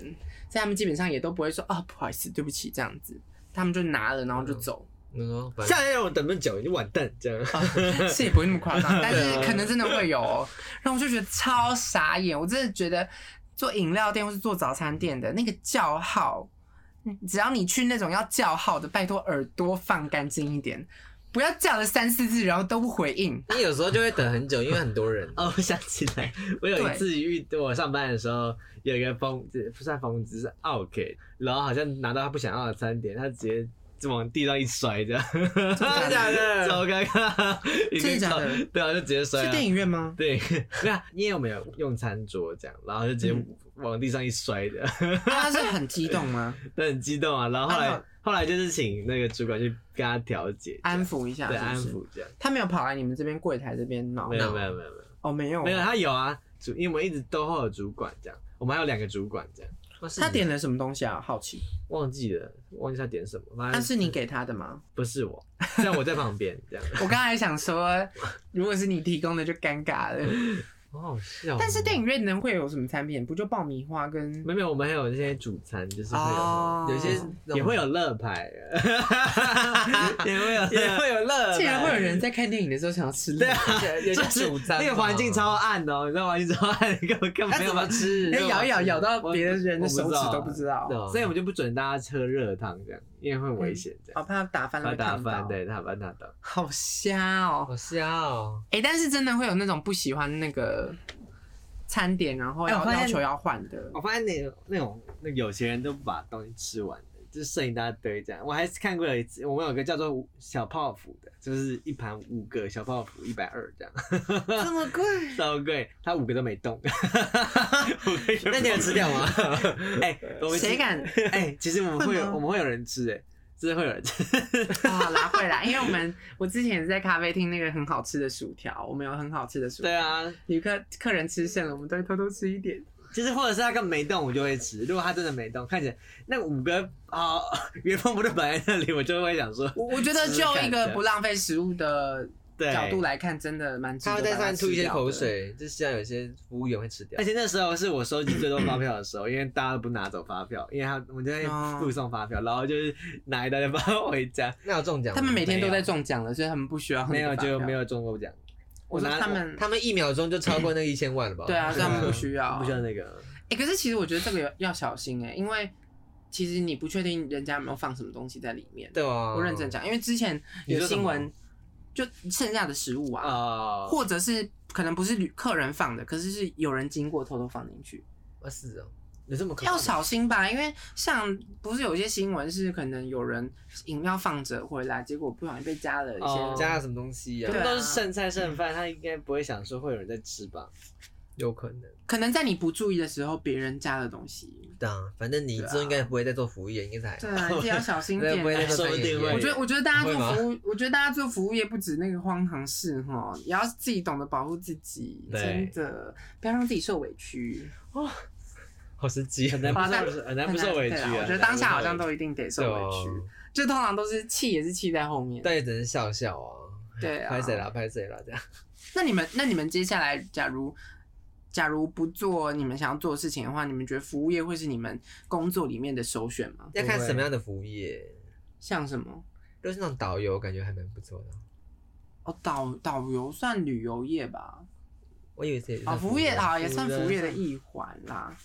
Speaker 1: 所以他们基本上也都不会说啊不好意思，对不起这样子，他们就拿了然后就
Speaker 2: 嗯
Speaker 1: 走，
Speaker 2: 你说
Speaker 1: 啊
Speaker 2: 反
Speaker 3: 下一让我等那么久，你完蛋这样。
Speaker 1: 是也不会那么夸 张，但
Speaker 3: 啊
Speaker 1: 是可能真的会有、哦。然后我就觉得超傻眼，我真的觉得做饮料店或是做早餐店的那个叫号，嗯只要你去那种要叫号的，拜托耳朵放干净一点，不要叫了三四次然后都不回应。
Speaker 2: 你有时候就会等很久，因为很多人。
Speaker 3: 哦，我想起来，我有一次遇我上班的时候，有一个疯子，不算疯子是 OK，然后好像拿到他不想要的餐点，他直接就往地上一摔，这样，
Speaker 1: 的
Speaker 2: 假的
Speaker 3: 超尴尬，已
Speaker 1: 真的
Speaker 3: 经
Speaker 1: 假的
Speaker 3: 超对啊，就直接摔
Speaker 1: 是
Speaker 3: 了。
Speaker 1: 电影院 吗？
Speaker 3: 对， 对啊，因为我们有用餐桌这样，然后就
Speaker 1: 嗯
Speaker 3: 直接往地上一摔的，
Speaker 1: 他啊是很激动吗？
Speaker 3: 都很激动啊。然后后
Speaker 1: 啊
Speaker 3: 来
Speaker 1: 那
Speaker 3: 后来就是请那个主管去跟他调解，
Speaker 1: 安抚一下，
Speaker 3: 对
Speaker 1: 是不
Speaker 3: 安
Speaker 1: 是
Speaker 3: 抚这样。
Speaker 1: 他没有跑来你们这边柜台这边闹，
Speaker 3: 没有没有没有没有
Speaker 1: 哦，没有，
Speaker 3: 没有，。他有啊，主因为我们一直都会有主管这样，我们还有两个主管这样。
Speaker 1: 他点了什么东西啊？好奇，
Speaker 3: 忘记了，忘记他点什么，反
Speaker 1: 那
Speaker 3: 正
Speaker 1: 是你给他的吗？
Speaker 3: 不是我，虽然我在旁边这样，
Speaker 1: 我刚才想说，如果是你提供的就尴尬了。
Speaker 2: 好好笑哦。
Speaker 1: 但是电影院能会有什么产品？不就爆米花跟
Speaker 3: 没有没有，我们还有那些主餐，就是会有、
Speaker 1: 哦
Speaker 2: 有些
Speaker 3: 也会
Speaker 2: 有
Speaker 3: 有乐牌，啊也会有也会有乐牌，
Speaker 1: 竟然会有哎人在看电影的时候想要吃辣
Speaker 3: 对 啊，
Speaker 2: 有
Speaker 3: 就
Speaker 2: 些
Speaker 3: 是
Speaker 2: 主餐
Speaker 3: 那个环境超暗的哦，你知道环境超暗，根本根本没有办法吃
Speaker 1: 哎咬一咬咬到别的人的手指都不知道，
Speaker 2: 道
Speaker 3: 所以我们就不准大家喝热汤这样，因为会危险这样，
Speaker 1: 好嗯怕打翻了
Speaker 3: 怕
Speaker 1: 会
Speaker 3: 打
Speaker 1: 烫到
Speaker 3: 翻，，对，怕把它打到。
Speaker 1: 好瞎哦。
Speaker 2: 好笑哦。
Speaker 1: 哎，但是真的会有那种不喜欢那个餐点，然后
Speaker 3: 哎我
Speaker 1: 要
Speaker 3: 发现
Speaker 1: 要求要换的。
Speaker 3: 我发现那个那种那有钱人都不把东西吃完的，就是剩一大堆这样。我还是看过有一次，我们有个叫做小泡芙的，就是一盘五个小泡芙一百二这样，
Speaker 1: 这么贵？
Speaker 3: 超贵，他五个都没动。五个也不
Speaker 2: 那你有吃掉吗？
Speaker 3: 哎、我 们
Speaker 1: 谁？敢
Speaker 3: 哎、其实我们会有
Speaker 1: 会吗
Speaker 3: 我们会有人吃哎、真的会有人吃。
Speaker 1: 啊、拿回来，因为我们我之前也是在咖啡厅那个很好吃的薯条，我们有很好吃的薯条
Speaker 3: 对，啊，
Speaker 1: 旅客客人吃剩了，我们都会偷偷吃一点。
Speaker 3: 其实或者是他根本没动，我就会吃。如果他真的没动，看起来那五个啊原封不动摆在那里，我就会想 说，
Speaker 1: 我我觉得
Speaker 3: 吃
Speaker 1: 就
Speaker 3: 感
Speaker 1: 一个
Speaker 3: 觉
Speaker 1: 不浪费食物的
Speaker 3: 对，
Speaker 1: 角度来看，真的蛮值得
Speaker 2: 他会在
Speaker 1: 把
Speaker 2: 上
Speaker 1: 它
Speaker 2: 面吐一
Speaker 1: 吃
Speaker 2: 些
Speaker 1: 掉
Speaker 2: 口
Speaker 1: 的。
Speaker 2: 水，就像有些服务员会吃掉
Speaker 3: 而。且那时候是我收集最多发票的时候，因为大家都不拿走发票，因为他我们就在附送发票，然后就是拿一大堆发票回 家，
Speaker 2: 那有中奖吗？
Speaker 1: 他们每天都
Speaker 2: 没
Speaker 1: 在
Speaker 2: 有，
Speaker 1: 中奖了，所以他们不需要
Speaker 3: 没有就没
Speaker 1: 有。
Speaker 3: 有中过奖。
Speaker 1: 我说
Speaker 3: 拿
Speaker 1: 他们
Speaker 2: 他们一秒钟就超过那一千万了吧？
Speaker 1: 对啊，所以他们不需要。
Speaker 3: 不需要那个，
Speaker 1: 哎、可是其实我觉得这个有要小心哎、因为其实你不确定人家有没有放什么东西在里面。
Speaker 2: 对啊，
Speaker 1: 我认真讲，因为之前
Speaker 2: 你
Speaker 1: 有
Speaker 2: 说什
Speaker 1: 新
Speaker 2: 么
Speaker 1: 闻，就剩下的食物啊，
Speaker 3: 啊，
Speaker 1: 或者是可能不是旅客人放的，可是是有人经过偷偷放进去，
Speaker 2: 啊是哦，
Speaker 3: 有这么可怕
Speaker 1: 要小心吧？因为像不是有一些新闻是可能有人饮料放着回来，结果不小心被加了一些，
Speaker 3: 哦
Speaker 2: 加了什么东西
Speaker 3: 他
Speaker 2: 呀
Speaker 1: 对？
Speaker 3: 们
Speaker 1: 啊
Speaker 3: 都是剩菜剩饭，他应该不会想说会有人在吃吧？
Speaker 2: 有可能。
Speaker 1: 可能在你不注意的时候别人加的东西。
Speaker 2: 对啊，反正你之后应该不会再做服务业，应该是还好
Speaker 1: 对啊，你也要小心
Speaker 2: 应该
Speaker 1: 点
Speaker 2: 不会再
Speaker 1: 啊。
Speaker 2: 做
Speaker 3: 说不
Speaker 2: 餐饮
Speaker 3: 定会
Speaker 1: 我
Speaker 2: 业
Speaker 1: 觉得，我觉得大家
Speaker 2: 不
Speaker 1: 做
Speaker 2: 会吗
Speaker 1: 服务，我觉得大家做服务业不止那个荒唐事哈，也要自己懂得保护自己，
Speaker 3: 对
Speaker 1: 真的不要让自己受委屈。
Speaker 2: 好啊神奇
Speaker 3: 很难不
Speaker 1: 好那
Speaker 3: 受，很难不受委屈
Speaker 1: 对
Speaker 3: 啊
Speaker 1: 啦！我觉得当下好像
Speaker 3: 很难不受委屈
Speaker 1: 都一定得受
Speaker 2: 对
Speaker 1: 委
Speaker 2: 啊
Speaker 1: 屈，就通常都是气也是气在后面。
Speaker 2: 但也只能笑笑啊。
Speaker 1: 对啊
Speaker 2: 拍谁啦？拍谁啦？这样。
Speaker 1: 那你们，那你们接下来，假如假如不做你们想要做的事情的话，你们觉得服务业会是你们工作里面的首选吗？
Speaker 2: 要看什么样的服务业，
Speaker 1: 像什么？
Speaker 2: 如果是那种导游，感觉还蛮不错的。
Speaker 1: 哦，导导游算旅游业吧？
Speaker 2: 我以为是也是
Speaker 1: 啊、
Speaker 2: 算
Speaker 1: 服务业啊，也算
Speaker 3: 服务业
Speaker 1: 服务业的一环啦。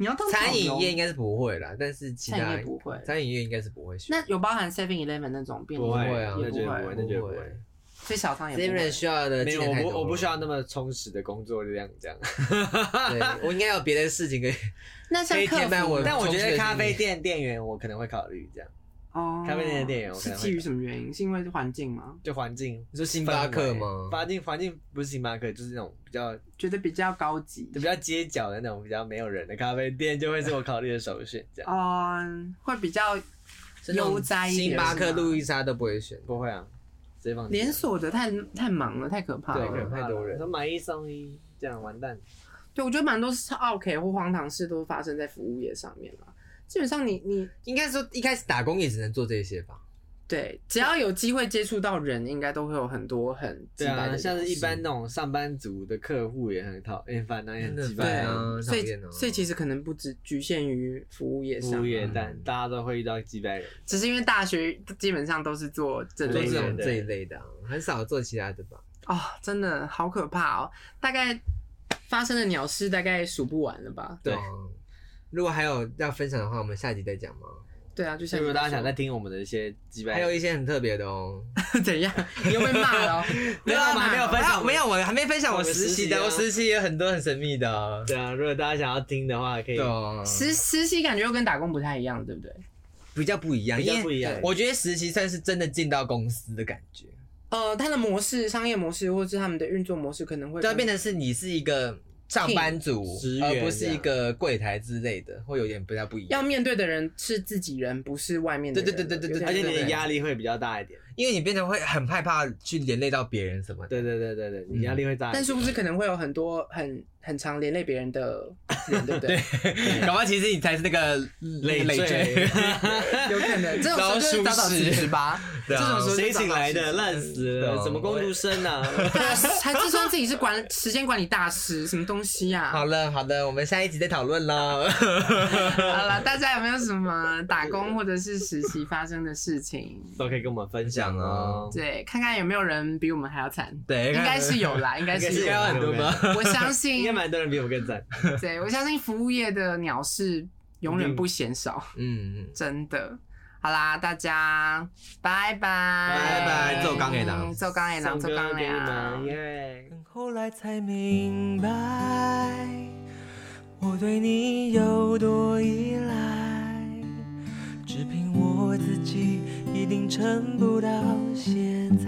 Speaker 1: 你要当
Speaker 2: 餐
Speaker 1: 导
Speaker 2: 饮
Speaker 1: 游
Speaker 2: 业应该是不会啦，但是其
Speaker 1: 餐饮
Speaker 2: 他
Speaker 1: 业不会
Speaker 2: 餐饮业应该是不会去。
Speaker 1: 那有包含 Seven Eleven 那种便利
Speaker 3: 不
Speaker 1: 店
Speaker 3: 会
Speaker 2: 会啊
Speaker 1: 也
Speaker 3: 那绝对
Speaker 1: 不
Speaker 3: 不会，那
Speaker 1: 会，
Speaker 3: 绝对不
Speaker 2: 不
Speaker 3: 会
Speaker 2: 会。
Speaker 1: 所以小商也不
Speaker 2: Seven
Speaker 1: 会。
Speaker 2: 需要的
Speaker 3: 没
Speaker 2: 技
Speaker 3: 有，
Speaker 2: 能
Speaker 3: 我
Speaker 2: 太多
Speaker 3: 不
Speaker 2: 了
Speaker 3: 我不需要 那么充实的工作量这样。
Speaker 2: 对，我应该有别的事情可以。
Speaker 1: 那像
Speaker 2: 黑
Speaker 1: 客
Speaker 2: 铁板
Speaker 1: 服
Speaker 2: 我
Speaker 1: 呢，
Speaker 3: 但我觉得咖啡店店员我可能会考虑这样，
Speaker 1: 哦，
Speaker 3: 咖啡店的店员我可
Speaker 1: 是
Speaker 3: 能会
Speaker 1: 基于什么原因？是因为环境吗？
Speaker 3: 就环境
Speaker 2: 你说星巴克吗？
Speaker 3: 环境环境不是星巴克，就是那种比较
Speaker 1: 觉得比较高级
Speaker 3: 比较街角的那种比较没有人的咖啡店，就会是我考虑的首选。这样，
Speaker 1: 嗯，会比较
Speaker 2: 是那种
Speaker 1: 悠哉一点
Speaker 2: 星巴克、
Speaker 1: 是吗
Speaker 2: 路易莎都不会选，
Speaker 3: 不会啊，直接放弃
Speaker 1: 连锁啊的太太忙了，太可怕
Speaker 2: 对可
Speaker 1: 了
Speaker 2: 能。太多人
Speaker 3: 说买一送一，这样完蛋。
Speaker 1: 对，我觉得蛮多是 OK 或荒唐事都发生在服务业上面了。基本上你你
Speaker 2: 应该说一开始打工也只能做这些吧。
Speaker 1: 对，只要有机会接触到人，应该都会有很多很
Speaker 3: 对
Speaker 1: 鸡掰
Speaker 3: 啊，
Speaker 1: 的
Speaker 3: 像
Speaker 1: 东
Speaker 3: 是
Speaker 1: 西
Speaker 3: 一般那种上班族的客户也很讨厌，烦啊，也
Speaker 2: 真
Speaker 3: 很
Speaker 2: 的
Speaker 3: 鸡
Speaker 1: 对
Speaker 3: 掰
Speaker 2: 烦
Speaker 3: 啊。
Speaker 1: 啊，所以
Speaker 2: 讨厌哦
Speaker 1: 所以其实可能不只局限于服务业
Speaker 3: 服
Speaker 1: 上啊
Speaker 3: 务，业
Speaker 2: 嗯
Speaker 3: 但大家都会遇到鸡掰人，
Speaker 1: 只是因为大学基本上都是做这
Speaker 2: 都
Speaker 1: 类
Speaker 2: 这
Speaker 1: 的
Speaker 2: 种
Speaker 3: 对
Speaker 2: 这一类的啊、很少做其他的吧。
Speaker 1: 哦，真的好可怕哦！大概发生的鸟事大概数不完了吧？
Speaker 3: 对
Speaker 2: 啊如果还有要分享的话，我们下集再讲嘛。
Speaker 1: 对啊，就
Speaker 3: 所
Speaker 1: 像
Speaker 3: 以如果大家
Speaker 1: 你说
Speaker 3: 想再听我们的一些鸡掰，
Speaker 2: 还有一些很特别的哦。
Speaker 1: 怎样，你又被骂了哦、
Speaker 3: 没有我啊们还没有分享
Speaker 2: 没有，我还没分享我
Speaker 3: 我们
Speaker 2: 实
Speaker 3: 实
Speaker 2: 习
Speaker 3: 习
Speaker 2: 的，
Speaker 3: 啊
Speaker 2: 我实习也有很多很神秘的啊。
Speaker 3: 对啊，如果大家想要听的话，可以
Speaker 2: 对啊，
Speaker 1: 实实习感觉又跟打工不太一样，对不对？
Speaker 2: 比较不一样，
Speaker 3: 比较
Speaker 2: 因为
Speaker 3: 不一样
Speaker 2: 我觉得实习算是真的进到公司的感觉，
Speaker 1: 呃，它的模式、商业模式或者是他们的运作模式可能会
Speaker 2: 对啊，变
Speaker 1: 得
Speaker 2: 成是你是一个上班族
Speaker 3: 职，员
Speaker 2: 而不是
Speaker 3: 这样
Speaker 2: 一个柜台之类的，会有点比较不一
Speaker 1: 要
Speaker 2: 样。
Speaker 1: 面对的人是自己人，不是外面的人了。
Speaker 2: 对对对对对
Speaker 1: 有
Speaker 3: 而
Speaker 1: 点
Speaker 3: 且你
Speaker 1: 这种
Speaker 3: 的压力会比较大一点。
Speaker 2: 因为你变成会很害怕去连累到别人什么的。
Speaker 3: 对对对对对，你压力会大一点。
Speaker 1: 但是不是可能会有很多很很常连累别人的人，对不对？
Speaker 2: 搞不好其实你才是那个累
Speaker 3: 累
Speaker 2: 赘
Speaker 3: 赘，
Speaker 1: 有可能这种时候就是早早辞职 吧。
Speaker 2: 对啊
Speaker 1: 这种时候
Speaker 3: 谁请来的？烂死
Speaker 2: 对啊
Speaker 3: 了，什么工读生啊？
Speaker 1: 对啊，还自称自己是管时间管理大师，什么东西呀、
Speaker 2: 好了好了，我们下一集再讨论喽。
Speaker 1: 好了，大家有没有什么打工或者是实习发生的事情？
Speaker 3: 都可以跟我们分享哦。
Speaker 1: 对，看看有没有人比我们还要惨。
Speaker 2: 对，
Speaker 1: 应该是有啦，应该
Speaker 2: 啊应
Speaker 1: 是
Speaker 2: 该
Speaker 1: 有
Speaker 2: 有很
Speaker 1: 啦。
Speaker 2: 多吧。
Speaker 1: 我相
Speaker 3: 应
Speaker 1: 信
Speaker 3: 该，蛮多人比我们更赞。
Speaker 1: 对我相信服务业的鸟事永远不嫌少，
Speaker 2: 嗯嗯，
Speaker 1: 真的。好啦，大家拜拜，
Speaker 3: 拜拜
Speaker 2: 做工的人
Speaker 1: 做工的人，
Speaker 3: 送
Speaker 1: 做
Speaker 3: 歌
Speaker 1: 工的
Speaker 3: 给你
Speaker 1: 人
Speaker 3: 们，。耶！
Speaker 2: 后来才明白，我对你有多依赖，只凭我自己一定撑不到现在。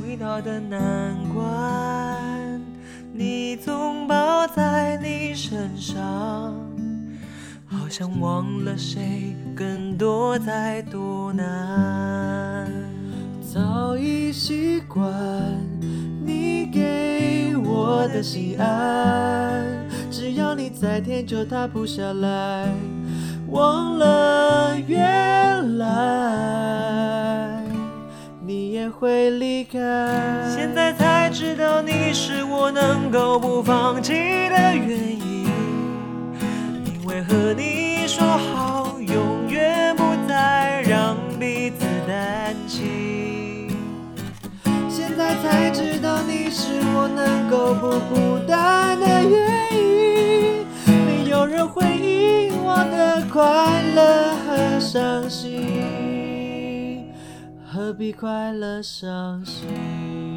Speaker 4: 回到的难关，你总抱在你身上，好像忘了谁更多在多难。早已习惯你给我的心安，只要你在天就塌不下来，忘了原来。你也会离开。现在才知道你是我能够不放弃的原因，因为和你说好，永远不再让彼此担心。现在才知道你是我能够不孤单的原因，没有人会因我的快乐和伤心。何必快乐伤心？